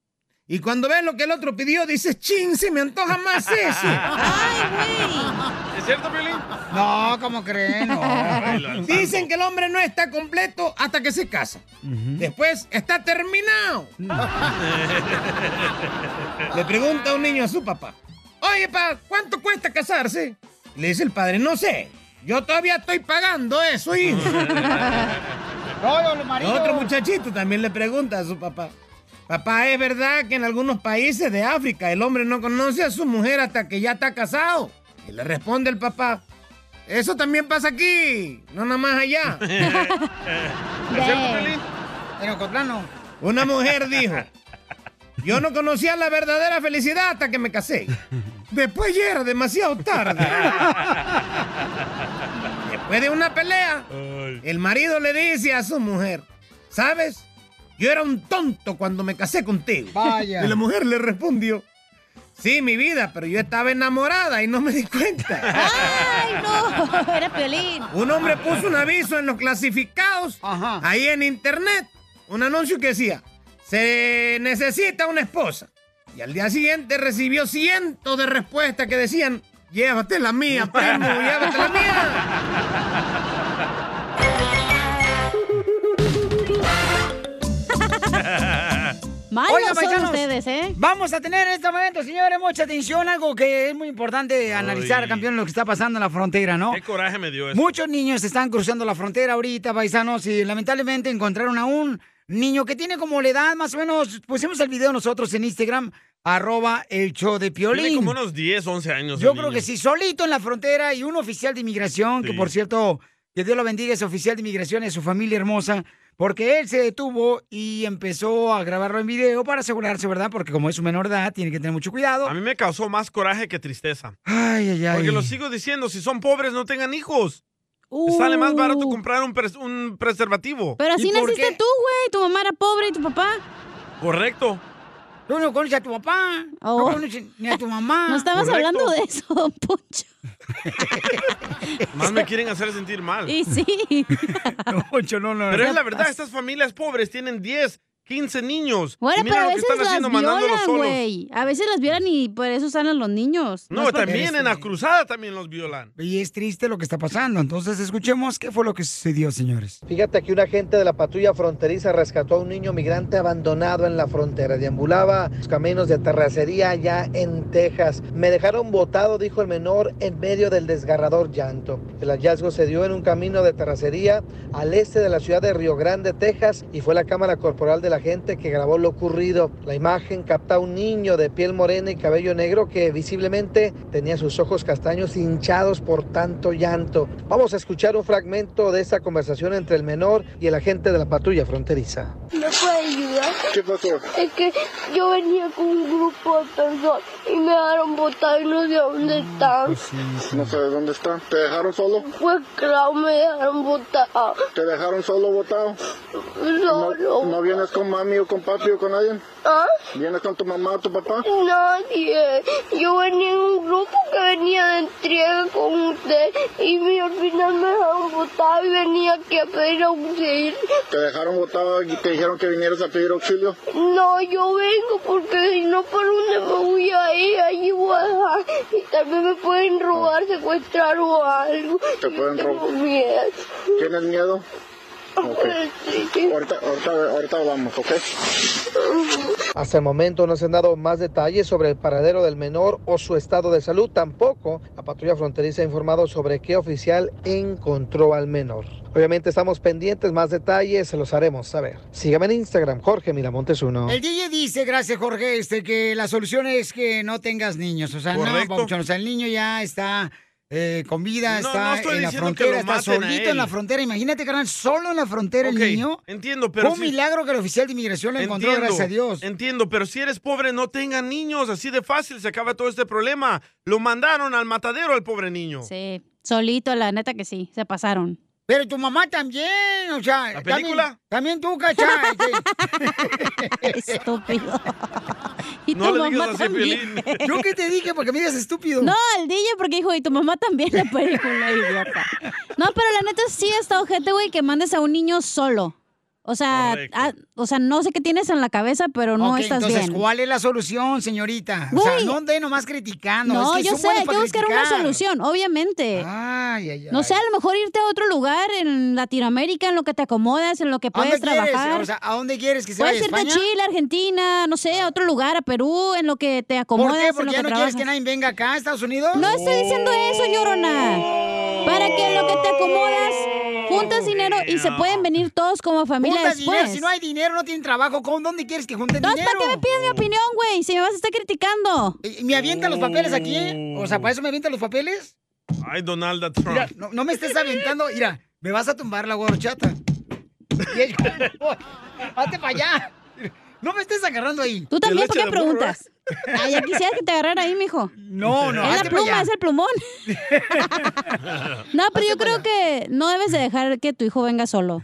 y cuando ves lo que el otro pidió, dices, chin, se me antoja más ese.
¿Es cierto, Piolín?
No, ¿cómo creen?
No.
Dicen que el hombre no está completo hasta que se casa. Después está terminado. Le pregunta un niño a su papá. Oye, pa, ¿cuánto cuesta casarse? Le dice el padre, no sé. Yo todavía estoy pagando eso, hijo. Otro muchachito también le pregunta a su papá. Papá, ¿es verdad que en algunos países de África el hombre no conoce a su mujer hasta que ya está casado? Y le responde el papá. Eso también pasa aquí, no nada más allá.
¿Es cierto, Piolín?
En Una mujer dijo, yo no conocía la verdadera felicidad hasta que me casé. Después ya era demasiado tarde. Después de una pelea, el marido le dice a su mujer, ¿sabes? Yo era un tonto cuando me casé contigo.
Vaya.
Y la mujer le respondió, sí, mi vida, pero yo estaba enamorada y no me di cuenta.
Ay, no, era Piolín.
Un hombre puso un aviso en los clasificados, ahí en internet, un anuncio que decía, se necesita una esposa. Y al día siguiente recibió cientos de respuestas que decían, llévate la mía, primo, llévate la mía.
Malos
Oigan,
son
paisanos,
ustedes, ¿eh?
Vamos a tener en este momento, señores, mucha atención, algo que es muy importante analizar, campeón, lo que está pasando en la frontera, ¿no?
Qué coraje me dio eso.
Muchos niños están cruzando la frontera ahorita, paisanos, y lamentablemente encontraron a un niño que tiene como la edad, más o menos, pusimos el video nosotros en Instagram, arroba el show de Piolín.
Tiene como unos 10, 11 años.
Yo
el
creo
niño.
que sí, solito en la frontera y un oficial de inmigración, que
Sí.
por cierto, que Dios lo bendiga, ese oficial de inmigración y a su familia hermosa, porque él se detuvo y empezó a grabarlo en video para asegurarse, ¿verdad? Porque como es su menor de edad, tiene que tener mucho cuidado.
A mí me causó más coraje que tristeza.
Ay, ay, ay.
Porque lo sigo diciendo, si son pobres, no tengan hijos. Les Sale más barato comprar un, pres- un preservativo.
Uh. Pero así
¿Y por
naciste
qué?
tú, güey. Tu mamá era pobre y tu papá.
Correcto. Ah.
Tú no conoces a tu papá.
Oh.
No conoces ni a tu mamá.
No estabas
Correcto.
hablando de eso, pues. don Poncho.
Más me quieren hacer sentir mal.
Y sí.
Pero es
no
la verdad,
pasa.
estas familias pobres tienen 10, 15 niños. y
Bueno,
mira
pero
lo
a
que
veces
están
las
haciendo mandándolos
violan,
solos.
güey. A veces las violan y por eso salen los niños.
No,
es porque-
también en la cruzada también los violan.
Y es triste lo que está pasando. Entonces, escuchemos qué fue lo que sucedió, señores.
Fíjate que un agente de la patrulla fronteriza rescató a un niño migrante abandonado en la frontera. Deambulaba los caminos de terracería allá en Texas. Me dejaron botado, dijo el menor, en medio del desgarrador llanto. El hallazgo se dio en un camino de terracería al este de la ciudad de Río Grande, Texas, y fue la cámara corporal de la gente que grabó lo ocurrido. La imagen capta a un niño de piel morena y cabello negro que visiblemente tenía sus ojos castaños hinchados por tanto llanto. Vamos a escuchar un fragmento de esta conversación entre el menor y el agente de la patrulla fronteriza.
¿Me puede ayudar?
¿Qué pasó?
Es que yo venía con un grupo de personas y me dejaron botar y no sé dónde están.
No sé dónde está. ¿Te dejaron solo?
Pues claro, me dejaron botar.
¿Te dejaron solo botado?
No, no.
vienes con mami o con papi o con nadie?
¿Ah?
¿Vienes con tu mamá o tu papá?
Nadie. Yo venía en un grupo que venía de entrega con usted y mi- al final me dejaron botar y venía aquí a pedir auxilio.
¿Te dejaron botado y te dijeron que vinieras a pedir auxilio?
No, yo vengo porque si no, ¿por dónde me voy a ir? Allí voy a dejar y tal vez me pueden robar, secuestrar o algo.
Te pueden
Tengo
robar.
miedo.
¿Tienes miedo?
Ahorita, ahorita, ahorita hablamos, ¿ok?
Hasta el momento no se han dado más detalles sobre el paradero del menor o su estado de salud. Tampoco la patrulla fronteriza ha informado sobre qué oficial encontró al menor. Obviamente estamos pendientes, más detalles se los haremos saber. Sígame en Instagram, Jorge Miramontes 1.
El DJ dice, gracias Jorge, este, que la solución es que no tengas niños. O sea,
Correcto.
no, papuchón, o sea, el niño ya está eh, con vida,
No,
está
no estoy
en la
diciendo que
frontera,
lo
está
maten a
solito
él.
en la frontera. Imagínate, carnal, solo en la frontera
Ok,
el niño.
Entiendo,
Fue
pero.
un
si-
milagro que el oficial de inmigración lo encontró,
Entiendo,
gracias a Dios.
Entiendo, pero si eres pobre, no tengan niños. Así de fácil se acaba todo este problema. Lo mandaron al matadero al pobre niño.
Sí, solito, la neta que sí, se pasaron.
Pero tu mamá también, o sea...
¿La película?
También, también tú, cachá.
Estúpido.
Y
No tu le digas mamá así a también. Piolín.
Yo qué te dije porque me digas estúpido.
No, el DJ porque dijo, y tu mamá también la película, idiota. No, pero la neta sí está ojete, güey, que mandes a un niño solo. O sea,
Correcto.
ah, o sea, no sé qué tienes en la cabeza, pero no
Ok,
estás
entonces,
bien.
¿cuál es la solución, señorita? O sea,
Güey.
no ande nomás criticando.
No,
Ah, es que
yo
son
sé,
buenos
hay que
para
buscar una
criticar.
solución, obviamente. No sé, a lo mejor irte a otro lugar en Latinoamérica, en lo que te acomodas, en lo que
¿A dónde
puedes
quieres?
trabajar.
O sea, ¿a dónde quieres que se
Puedes
vaya?
irte a
¿España? Ah.
Chile, Argentina, no sé, a otro lugar, a Perú, en lo que te
¿Por
acomodas.
qué?
en lo
¿Porque
que
ya no
trabajas.
quieres que nadie venga acá a Estados Unidos?
No estoy diciendo eso, llorona. Para que
Oh,
lo que te acomodas, juntas dinero y se pueden venir todos como familia
Junta
después.
dinero. Si no hay dinero, no tienen trabajo. ¿Con dónde quieres que junten
Entonces,
dinero?
¿para qué me pides mi opinión, güey? Si me vas a estar criticando.
¿Me avientan los papeles aquí? O sea, ¿para eso me avientan los papeles?
Ay, Donald Trump.
Mira, no, no me estés aventando. Mira, me vas a tumbar la gorchata. Y ella- Hazte para allá. No me estés agarrando ahí.
Tú también, ¿por qué preguntas? Ay, Ah, ya quisieras que te agarrara ahí, mijo.
No, no,
Es la
hazte pa'
pluma,
allá.
es el plumón. No, pero yo creo que no debes de dejar que tu hijo venga solo.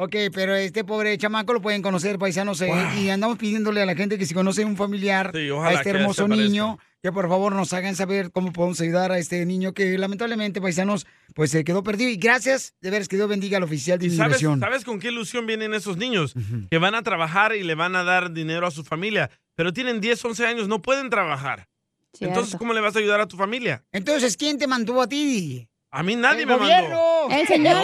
Ok, pero este pobre chamaco lo pueden conocer, paisanos, eh, y andamos pidiéndole a la gente que si conoce un familiar
Sí,
a
ojalá
este
que
hermoso
se parezca.
niño, que por favor nos hagan saber cómo podemos ayudar a este niño que lamentablemente, paisanos, pues se quedó perdido. Y gracias, de veras, que Dios bendiga al oficial de
¿Y sabes,
inmigración.
sabes con qué ilusión vienen esos niños? Que van a trabajar y le van a dar dinero a su familia, pero tienen 10, 11 años, no pueden trabajar.
Cierto.
Entonces, ¿cómo le vas a ayudar a tu familia?
Entonces, ¿quién te mantuvo a ti?
A mí nadie
¡El
me
gobierno!
mandó.
El señor,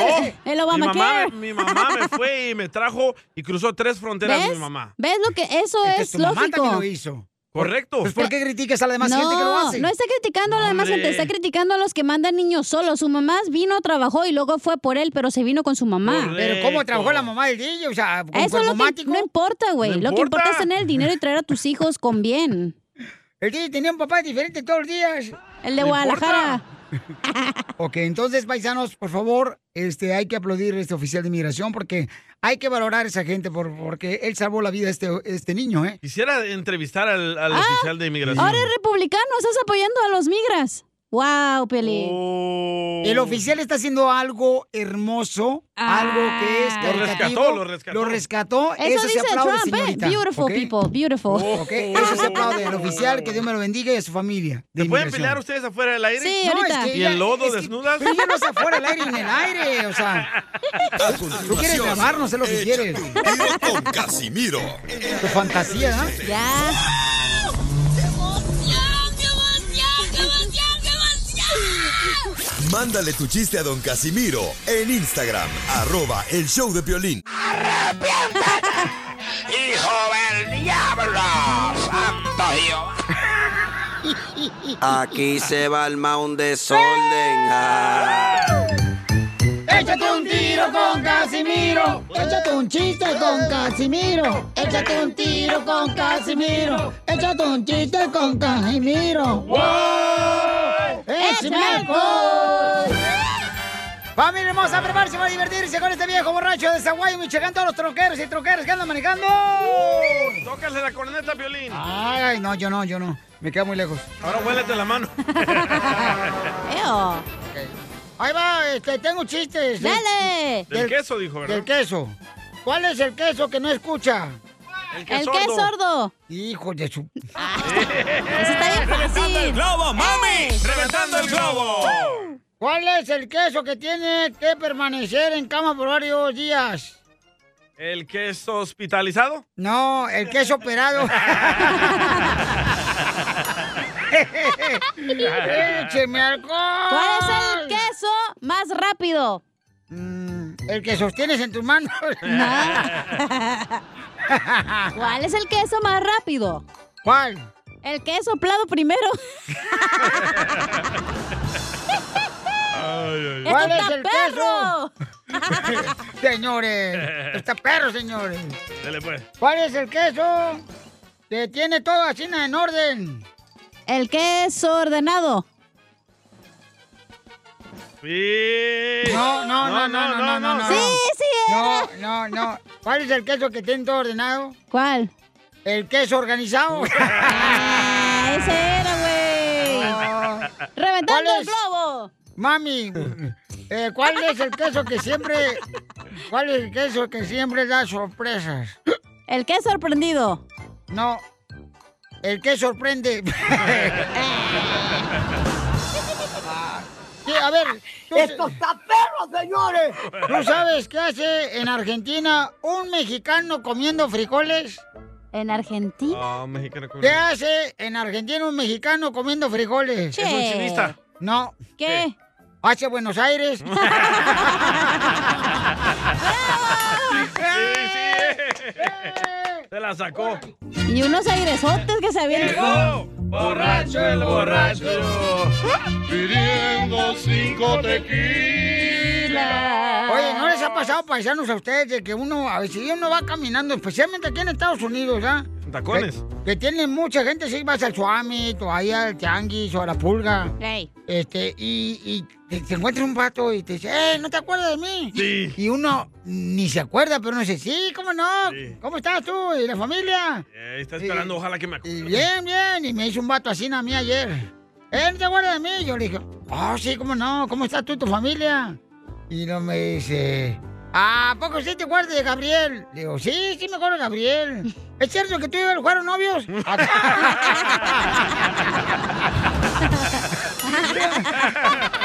el Obamacare.
Mi mamá, me- mi mamá me fue y me trajo y cruzó tres fronteras
¿Ves?
mi mamá.
¿Ves lo que eso
Es
es,
que tu mamá
lógico?
también lo hizo.
Correcto.
Pues, ¿por qué criticas a la demás gente que lo hace?
No está criticando a la demás gente,
Hombre.
está criticando a los que mandan niños solos. Su mamá vino, trabajó y luego fue por él, pero se vino con su mamá.
Pero ¿cómo trabajó la mamá del DJ? O sea, con
Eso no, te-
cuerpomático.
no importa, güey.
No
Lo que importa es
importa.
tener el dinero y traer a tus hijos con bien.
El DJ tenía un papá diferente todos los días.
El de Guadalajara.
Ok, entonces, paisanos, por favor, este, hay que aplaudir a este oficial de inmigración porque hay que valorar a esa gente por, porque él salvó la vida a este, este niño, ¿eh?
Quisiera entrevistar al,
Ah,
al oficial de inmigración.
Ahora eres republicano, estás apoyando a los migras. Wow, Peli.
El oficial está haciendo algo hermoso, algo que es
Lo
caritativo.
rescató, lo rescató.
Lo rescató,
Eso
eso,
dice
se aplaude,
Trump, ¿eh?
señorita.
Beautiful
¿ok?
people, beautiful.
Ok, eso se aplaude al oficial, que Dios me lo bendiga y a su familia. de
¿Se pueden
inmigración.
pelear ustedes afuera del aire?
Sí, No, ahorita. es que
¿Y el
ella-
lodo
es que-
desnudas?
Pero ya no se afuera del aire, en el aire, o sea. Tú quieres grabarnos, es lo que quieres.
Con Casimiro.
Tu fantasía, ¿eh?
Ya.
Mándale tu chiste a don Casimiro en Instagram, arroba el show de violín.
¡Hijo del diablo! ¡Santo Dios!
Aquí se va el mound desorden. Ah.
Échate un tiro con Casimiro. Échate un chiste con Casimiro. Échate un tiro con Casimiro. Échate un chiste con Casimiro. ¡Wow!
¡Échame alcohol!
Familia hermosa, prepararse para divertirse con este viejo borracho de Zaguayo, Michoacán, todos los troqueros y troqueras que andan manejando.
Tócale la corneta, Piolín.
Ay, no, yo no, yo no. Me queda muy lejos.
Ahora huélete la mano.
Ahí va, este, tengo chistes.
Dale.
Del queso, dijo, ¿verdad?
Del queso. ¿Cuál es el queso que no escucha?
El que es El que es sordo.
Hijo de su...
Eso está bien fácil.
el
globo, mami! ¡Reventando el globo!
¿Cuál es el queso que tiene que permanecer en cama por varios días?
¿El que es hospitalizado?
No, el queso operado. ¡Écheme alcohol!
¿Cuál es el queso más rápido?
Mm, El que sostienes en tus manos.
¿Cuál es el queso más rápido?
¿Cuál?
El que es soplado primero.
Este
ay.
¿Cuál
¡Esto
es
está
el queso? señores, está perro, señores.
Dale, pues.
¿Cuál es el queso? Que tiene todo así en orden.
El queso ordenado.
No, no, no, no, no, no, no. no.
Sí, sí
No, no, no. ¿Cuál es el queso que tiene todo ordenado?
¿Cuál?
El queso organizado.
Ah, ese era, güey. Reventando el globo.
Mami, eh, ¿cuál es el queso que siempre... ¿Cuál es el queso que siempre da sorpresas?
El queso sorprendido.
No, el que sorprende. Sí, a ver. ¡Esto está perro, señores! ¿Tú sabes qué hace en Argentina un mexicano comiendo frijoles?
¿En Argentina?
Ah, mexicano con-
¿Qué hace en Argentina un mexicano comiendo frijoles?
Che. ¿Es un chinista?
No.
¿Qué?
Hace Buenos Aires.
Se la sacó.
Y unos airesotes que se habían.
Borracho el borracho.
Pidiendo cinco tequilas.
Oye, ¿no les ha pasado paisanos a ustedes de que uno, a veces uno va caminando, especialmente aquí en Estados Unidos, ¿ah?
Tacones.
Que, que tiene mucha gente, si vas al Suamit, o ahí al Tianguis, o a la Pulga. Este, y, y te, te encuentras un vato y te dice, ¡eh, no te acuerdas de mí!
Sí.
Y uno ni se acuerda, pero uno dice, sí, ¿cómo no? ¿Cómo estás tú y la familia?
Eh, está esperando, ojalá que me
Y
acuerde.
bien, bien. Y me hizo un vato así a mí ayer. ¿Eh, no te acuerdas de mí? Yo le dije, oh, sí, ¿cómo no? ¿Cómo estás tú y tu familia? Y no me dice, ¿a poco sí te acuerdas de Gabriel? Le digo, sí, sí me acuerdo de Gabriel. ¿Es cierto que tú y él fueron novios?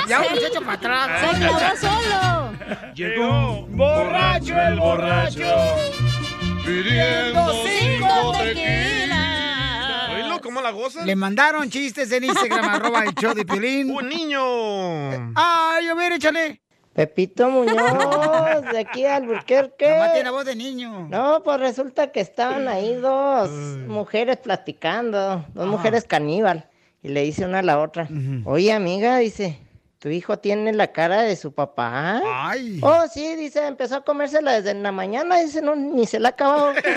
ya un muchacho para atrás.
Se clavó
solo.
Llegó borracho el borracho. Pidiendo cinco tequilas.
Oílo, ¿cómo la gozan?
Le mandaron chistes en Instagram, arroba el show de Pilín.
¡Un niño!
¡Ay, a ver, échale!
Pepito Muñoz, de aquí al Burquerque.
Nomás tiene voz de niño.
No, pues resulta que estaban ahí dos mujeres platicando, dos mujeres caníbal. Y le dice una a la otra, oye amiga, dice, ¿tu hijo tiene la cara de su papá?
Ah.
Ay.
Oh, sí, dice, empezó a comérsela desde la mañana, dice, no, ni se la ha acabado.
¡Qué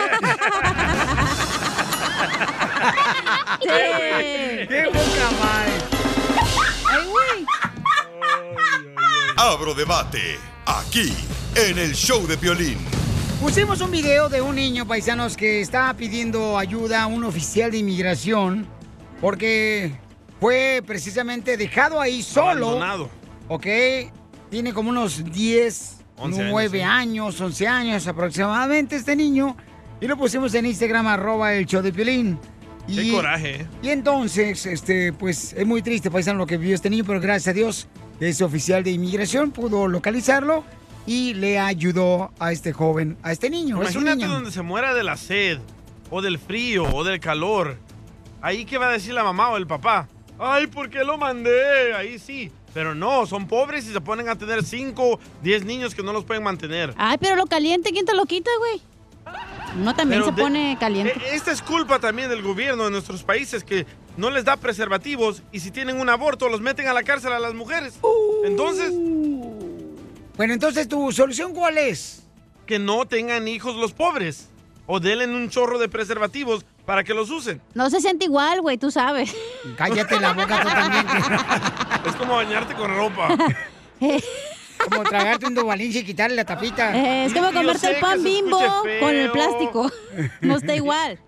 poca
¡Ay, güey!
Abro debate aquí en el show de Piolín.
Pusimos un video de un niño, paisanos, que está pidiendo ayuda a un oficial de inmigración porque fue precisamente dejado ahí solo.
Abandonado.
Ok, tiene como unos 10,
11
9 años, 11 años aproximadamente este niño. Y lo pusimos en Instagram, arroba el show de Piolín.
Qué coraje, ¿eh?
Y entonces, este, pues es muy triste, paisano, lo que vivió este niño, pero gracias a Dios, ese oficial de inmigración pudo localizarlo y le ayudó a este joven, a este niño. es un
Imagínate
niño.
donde se muera de la sed, o del frío, o del calor. Ahí qué va a decir la mamá o el papá. Ay, ¿por qué lo mandé? Ahí sí. Pero no, son pobres y se ponen a tener 5, 10 niños que no los pueden mantener.
Ay, pero lo caliente, ¿quién te lo quita, güey? No, también
Pero
se
de-
pone caliente.
E- Esta es culpa también del gobierno de nuestros países que no les da preservativos y si tienen un aborto los meten a la cárcel a las mujeres. Entonces...
Uh. Bueno, entonces tu solución cuál es?
Que no tengan hijos los pobres o denle un chorro de preservativos para que los usen.
No se siente igual, güey, tú sabes.
Cállate la boca tú también.
Es como bañarte con ropa.
Como tragarte un dobalinche y quitarle la tapita.
Eh, es como
Yo
comerte
sé
el
que
pan
se
bimbo
escuche
con el
feo.
plástico. No está igual.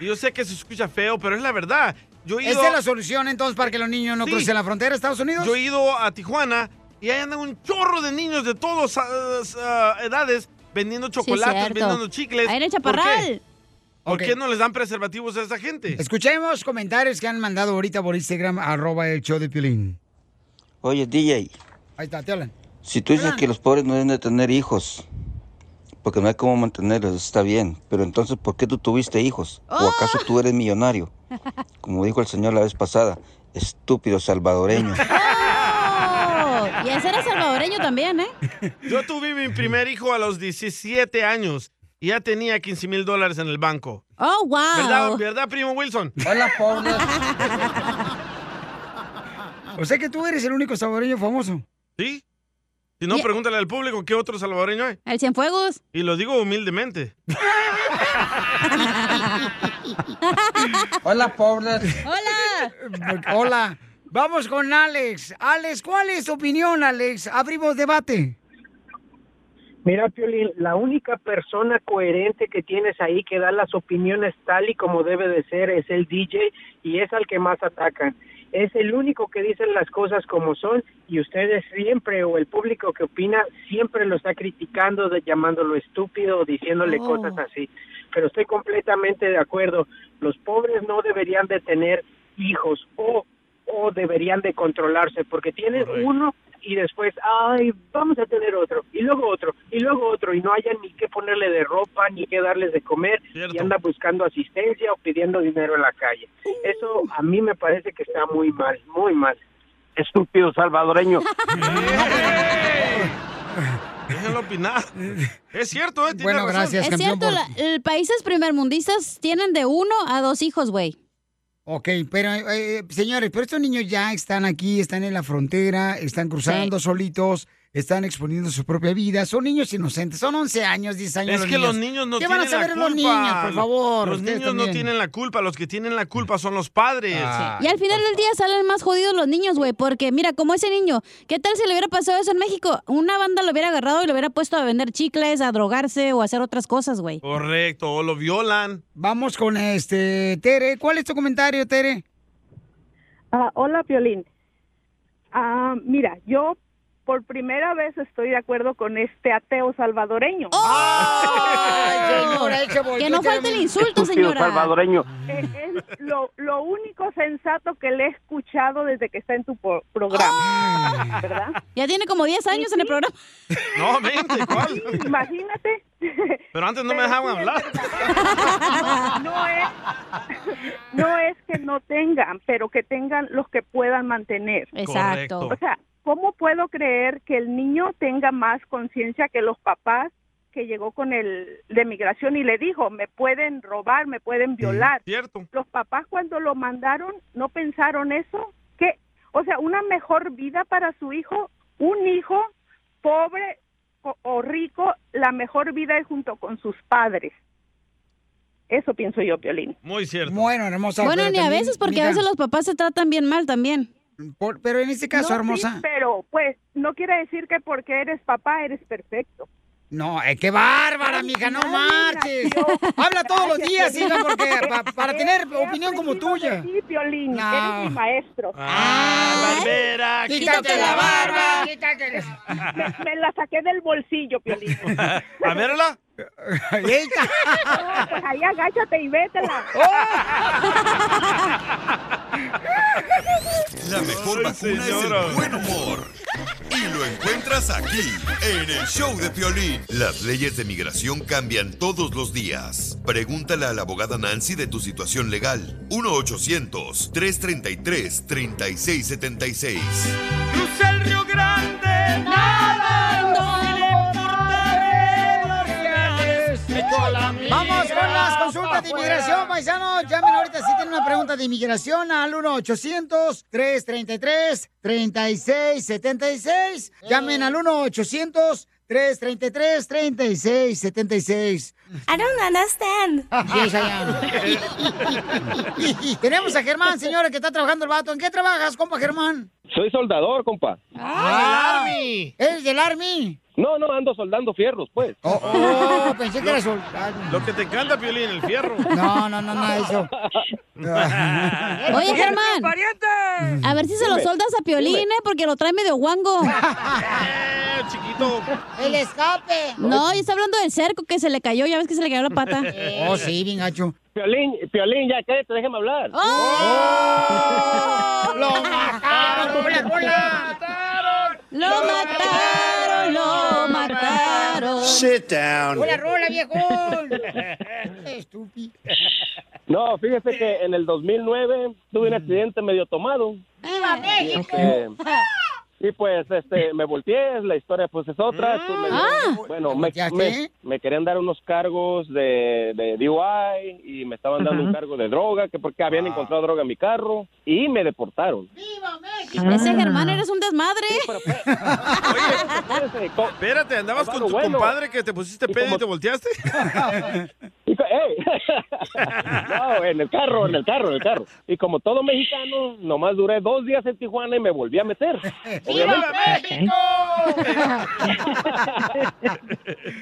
Y Yo sé que se escucha feo, pero es la verdad. Yo he ido,
¿Esta es la solución entonces para que los niños no
Sí.
crucen la frontera de Estados Unidos?
yo he ido a Tijuana y ahí andan un chorro de niños de todas ah, edades vendiendo chocolates,
cierto.
vendiendo chicles.
Ahí en el
¿Por qué?
Chaparral.
¿Por
Ok.
qué no les dan preservativos a esa gente?
Escuchemos comentarios que han mandado ahorita por Instagram, arroba el show de Piolín.
Oye, DJ,
Ahí está, te hablan.
si tú dices que los pobres no deben de tener hijos, porque no hay cómo mantenerlos, está bien, pero entonces, ¿por qué tú tuviste hijos? ¿O acaso tú eres millonario? Como dijo el señor la vez pasada, estúpido salvadoreño.
Oh, y ese era salvadoreño también, ¿eh?
Yo tuve mi primer hijo a los 17 años y ya tenía 15 mil dólares en el banco.
Oh, wow.
¿Verdad, ¿Verdad, primo Wilson?
Hola, Paula. O sea que tú eres el único salvadoreño famoso.
¿Sí? Si no,
Y-
pregúntale al público qué otro salvadoreño hay.
El Cienfuegos.
Y lo digo humildemente.
Hola, pobres.
Hola.
Hola. Vamos con Alex. Alex, ¿cuál es tu opinión, Alex? Abrimos debate.
Mira, Piolín, la única persona coherente que tienes ahí que da las opiniones tal y como debe de ser es el DJ y es al que más atacan. Es el único que dice las cosas como son y ustedes siempre, o el público que opina, siempre lo está criticando, de, llamándolo estúpido, o diciéndole
Oh.
cosas así. Pero estoy completamente de acuerdo. Los pobres no deberían de tener hijos o, o deberían de controlarse porque tienen uno y después, ay, vamos a tener otro, y luego otro, y luego otro, y no hayan ni qué ponerle de ropa, ni qué darles de comer, y anda buscando asistencia o pidiendo dinero en la calle. Eso a mí me parece que está muy mal, muy mal. Estúpido salvadoreño.
Déjenlo opinar. Es cierto, ¿eh? Tiene
Bueno,
razón.
es cierto, la- el- países primermundistas tienen de uno a dos hijos, güey.
Ok, pero eh, eh, señores, pero estos niños ya están aquí, están en la frontera, están cruzando solitos, están exponiendo su propia vida. Son niños inocentes, son 11 años, 10 años.
Es que los niños no
¿Qué
tienen
van a saber
la culpa.
los niños, por favor?
Los
Ustedes
niños no
también. Ah.
tienen la culpa. Los que tienen la culpa son los padres.
Y al final del día salen más jodidos los niños, güey, porque mira, como ese niño, ¿qué tal si le hubiera pasado eso en México? Una banda lo hubiera agarrado y lo hubiera puesto a vender chicles, a drogarse o a hacer otras cosas, güey.
Correcto, o lo violan.
Vamos con este, Tere. ¿Cuál es tu comentario, Tere?
Ah, hola, Violín. Ah, mira, yo por primera vez estoy de acuerdo con este ateo salvadoreño.
señora, ahí se volteó, ¡Oh! Que no falte el insulto,
Estúpido
señora. salvadoreño.
Eh, es lo, lo único sensato que le he escuchado desde que está en tu po- programa, ¿verdad?
Ya tiene como 10 años en el programa.
No, vente, ¿cuál?
Imagínate.
Pero antes no me dejaban hablar.
no
eh.
es no es que no tengan, pero que tengan los que puedan mantener.
Exacto. Correcto.
O sea, ¿cómo puedo creer que el niño tenga más conciencia que los papás que llegó con el de migración y le dijo, "Me pueden robar, me pueden violar"?
Cierto.
Los papás cuando lo mandaron no pensaron eso, que o sea, una mejor vida para su hijo, un hijo pobre o- o rico, la mejor vida es junto con sus padres. Eso pienso yo, Piolín.
Muy cierto.
Bueno, hermosa.
Bueno,
pero
ni a
también,
veces, porque
mija,
a veces los papás se tratan bien mal también.
por- pero en este caso,
No, sí,
hermosa.
pero pues no quiere decir que porque eres papá eres perfecto.
No, eh, qué bárbara, mija, no marches. Habla todos los días, hija, porque pa- para tener opinión como tuya.
Sí, Piolín,
No.
eres mi maestro.
Barbera,
quítate la barba. Me, me la saqué del bolsillo, Piolín.
A verla.
No, pues ahí agáchate y vétela.
Oh.
La mejor vacuna es el buen humor. Y lo encuentras aquí, en el show de Piolín. Las leyes de migración cambian todos los días. Pregúntale a la abogada Nancy de tu situación legal. 1-800-333-3676.
Crucé el Río Grande nadando sin importarme
Vamos con las consultas de inmigración,
paisanos. Llamen ahorita si tienen una pregunta de inmigración al 1-800-333-3676. Llamen al 1-800-333-3676. I don't understand. Yes, I am. Tenemos a Germán, señora, que está trabajando el vato. ¿En qué trabajas, compa Germán?
Soy soldador, compa.
Ah,
el Army.
¿Eres del Army?
No, no, ando soldando fierros, pues.
Oh, pensé que
Lo-
era soldado.
Lo que te encanta, Piolín, el fierro.
No, no, no, nada de eso.
Oye, Germán. A ver si se lo
Dime,
soldas a Piolín,
dime.
¿eh? Porque lo trae medio guango.
Eh, chiquito.
¡El escape!
No, y está hablando del cerco que se le cayó, ya ves que se le cayó la pata.
Oh, sí, bien gacho.
Piolín, Piolín, ya cállate, déjame hablar.
¡Oh!
¡Lo mataron!
¡Lo mataron! ¡Lo mataron!
Sit down.
¡Rola, rola, viejón! Estúpido.
No, fíjese que
Eh,
en el 2009 tuve un accidente medio tomado.
¡Viva
México! Y pues este, me volteé, la historia pues es otra. Pues, me- bueno, me, me, me querían dar unos cargos de, de DUI y me estaban dando
Ajá.
un cargo de droga, que porque habían encontrado droga en mi carro y me deportaron.
Ese
Ah.
Germán eres un desmadre.
pues. Espérate,
¿Andabas con tu compadre que te pusiste pedo y te volteaste?
Y co- ¡Ey! no, en el carro, en el carro, en el carro. Y como todo mexicano, nomás duré dos días en Tijuana y me volví a meter.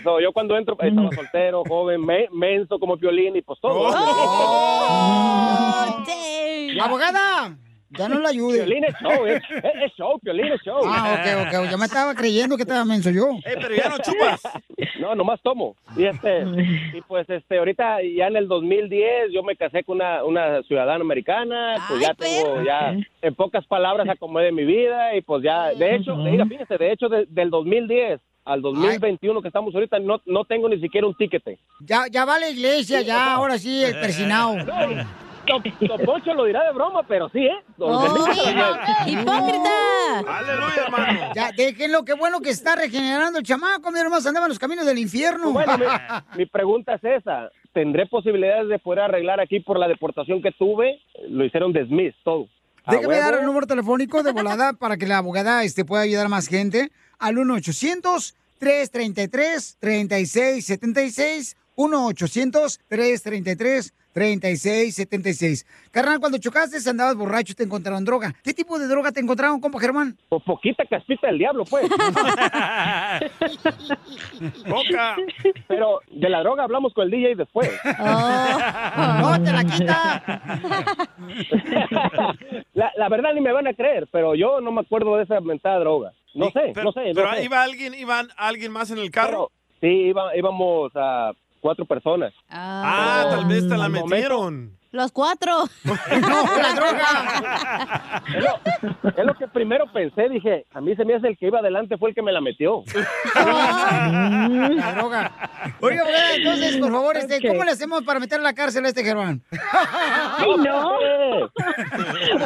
No, yo cuando entro estaba soltero, joven, me- menso como violín y pues todo.
Oh.
¡Oh!
¡Abogada! Ya no la ayude.
Piolín es show, es, es- es show, Piolín es show.
Ah, ok, ok. Yo me estaba creyendo que estaba menso yo.
pero ya no chupas. No, nomás tomo. Y este, y pues este, ahorita ya en el 2010 yo me casé con una, una ciudadana americana, pues ya tengo, ya, en pocas palabras acomodé mi vida y pues ya, de hecho,
Ujú.
mira, fíjate, de hecho de- del 2010 al 2021 que estamos ahorita no, no tengo ni siquiera un tiquete.
Ya, ya va la iglesia, ya, ahora sí, el persinado.
Don Poncho lo dirá de broma, pero sí, ¿eh? Don-
¡Oh,
bendito sea Dios.
¡Hipócrita!
Aleluya, hermano.
Ya, déjenlo, qué bueno que está regenerando el chamaco, mi hermano, se andaba en los caminos del infierno.
Bueno, mi, mi pregunta es esa. ¿Tendré posibilidades de poder arreglar aquí por la deportación que tuve? Lo hicieron desmis, todo. A
Déjame
huevo.
dar el número telefónico de volada para que la abogada este, pueda ayudar a más gente al 1-800-333-3676. 1-800-333-3676. Carnal, cuando chocaste andabas borracho y te encontraron droga. ¿Qué tipo de droga te encontraron, compa Germán?
Pues poquita caspita del diablo, pues. Boca. Pero de la droga hablamos con el DJ después.
Ah.
¡No te la quita!
La, la verdad ni me van a creer, pero yo no me acuerdo de esa mentada droga. No sé,
Pero,
no sé. no
pero
sé.
iba alguien, iba alguien más en el carro.
Sí, iba- íbamos a cuatro personas.
Ah, tal vez te la metieron.
Los cuatro.
la
Es lo que primero pensé, dije, a mí se me hace el que iba adelante fue el que me la metió.
La droga. Oye, abogada, entonces, por favor, este,
Ok.
¿cómo le hacemos para meter a la cárcel a este Germán?
Ay, no.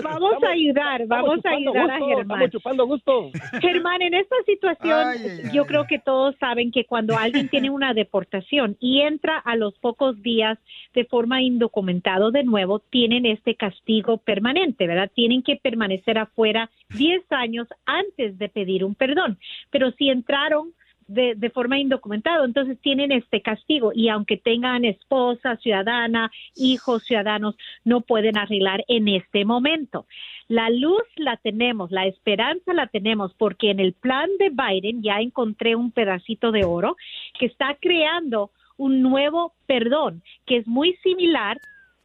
Vamos a ayudar, vamos a
chupando
ayudar
gusto,
a Germán.
estamos chupando gusto.
Germán, en esta situación, yo creo que todos saben que cuando alguien tiene una deportación y entra a los pocos días de forma indocumentado de nuevo, tienen este castigo permanente, ¿verdad? Tienen que permanecer afuera 10 años antes de pedir un perdón. Pero si entraron de, de forma indocumentada. Entonces tienen este castigo y aunque tengan esposa, ciudadana, hijos, ciudadanos, no pueden arreglar en este momento. La luz la tenemos, la esperanza la tenemos, porque en el plan de Biden ya encontré un pedacito de oro que está creando un nuevo perdón que es muy similar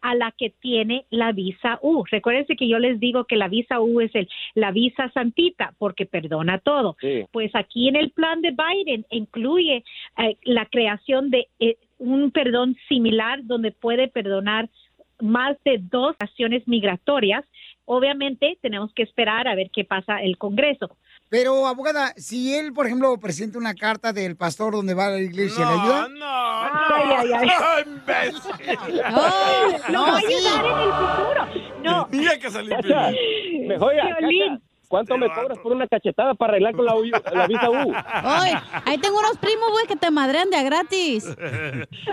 a la que tiene la visa U. Recuérdense que yo les digo que la visa U es el, la visa santita porque perdona todo.
Sí.
Pues aquí en el plan de Biden incluye eh, la creación de eh, un perdón similar donde puede perdonar más de dos acciones migratorias. Obviamente tenemos que esperar a ver qué pasa el Congreso.
Pero, abogada, si él, por ejemplo, presenta una carta del pastor donde va a la iglesia, ¿le ayuda?
No,
Ay, ay, ay.
No,
no,
no,
va a
sí.
ayudar en el futuro. No.
Tenía que salir
Cacha,
este-
Mejor ya,
Piolín.
Cacha, ¿Cuánto me cobras por una cachetada para arreglar con la, U- la visa U?
Ay, ahí tengo unos primos, güey, que te madrean de a gratis.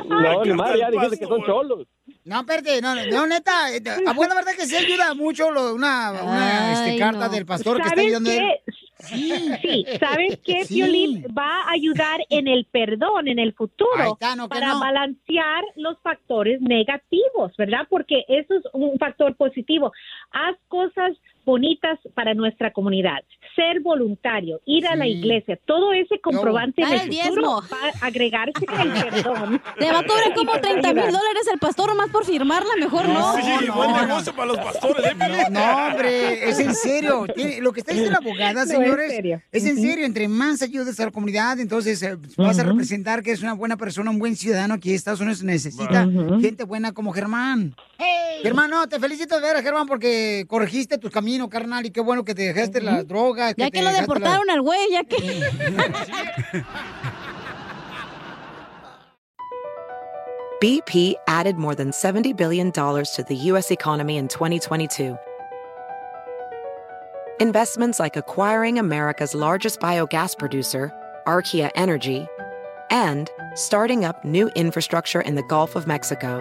No, ni madre, ya dijiste que son cholos.
No, espérate, no, no, neta, eh, abogada, la verdad que sí ayuda mucho lo- una, una este, carta del pastor que está
¿Saben
ayudando él.
qué? Sí, sí. ¿Sabes qué,
Sí.
Piolín? Va a ayudar en el perdón, en el futuro, Ahí está, no, que para no. balancear los factores negativos, ¿verdad? Porque eso es un factor positivo. Haz cosas bonitas para nuestra comunidad, ser voluntario, ir a la iglesia, todo ese comprobante
Dar
en
el
el
diezmo.
futuro va a agregarse al perdón.
Te va a cobrar como
Y te va a
30 mil
ayudar.
dólares el pastor más por firmarla, mejor no.
Sí, buen negocio para los pastores, ¿eh, Piolín?
No, hombre, es en serio. Tiene- Lo que está diciendo la abogada,
No, es
señores,
serio.
es en
Ujú.
serio. Entre más ayudes a la comunidad, entonces eh, vas a
Ujú.
representar que es una buena persona, un buen ciudadano aquí en Estados Unidos. Necesita gente buena como Germán. Germán, no, te felicito de veras, Germán, porque corregiste tu camino, carnal, y qué bueno que te dejaste las drogas.
Ya que lo deportaron al güey, ya que...
BP added more than $70 billion to the U.S. economy in 2022. Investments like acquiring America's largest biogas producer, Archaea Energy, and starting up new infrastructure in the Gulf of Mexico.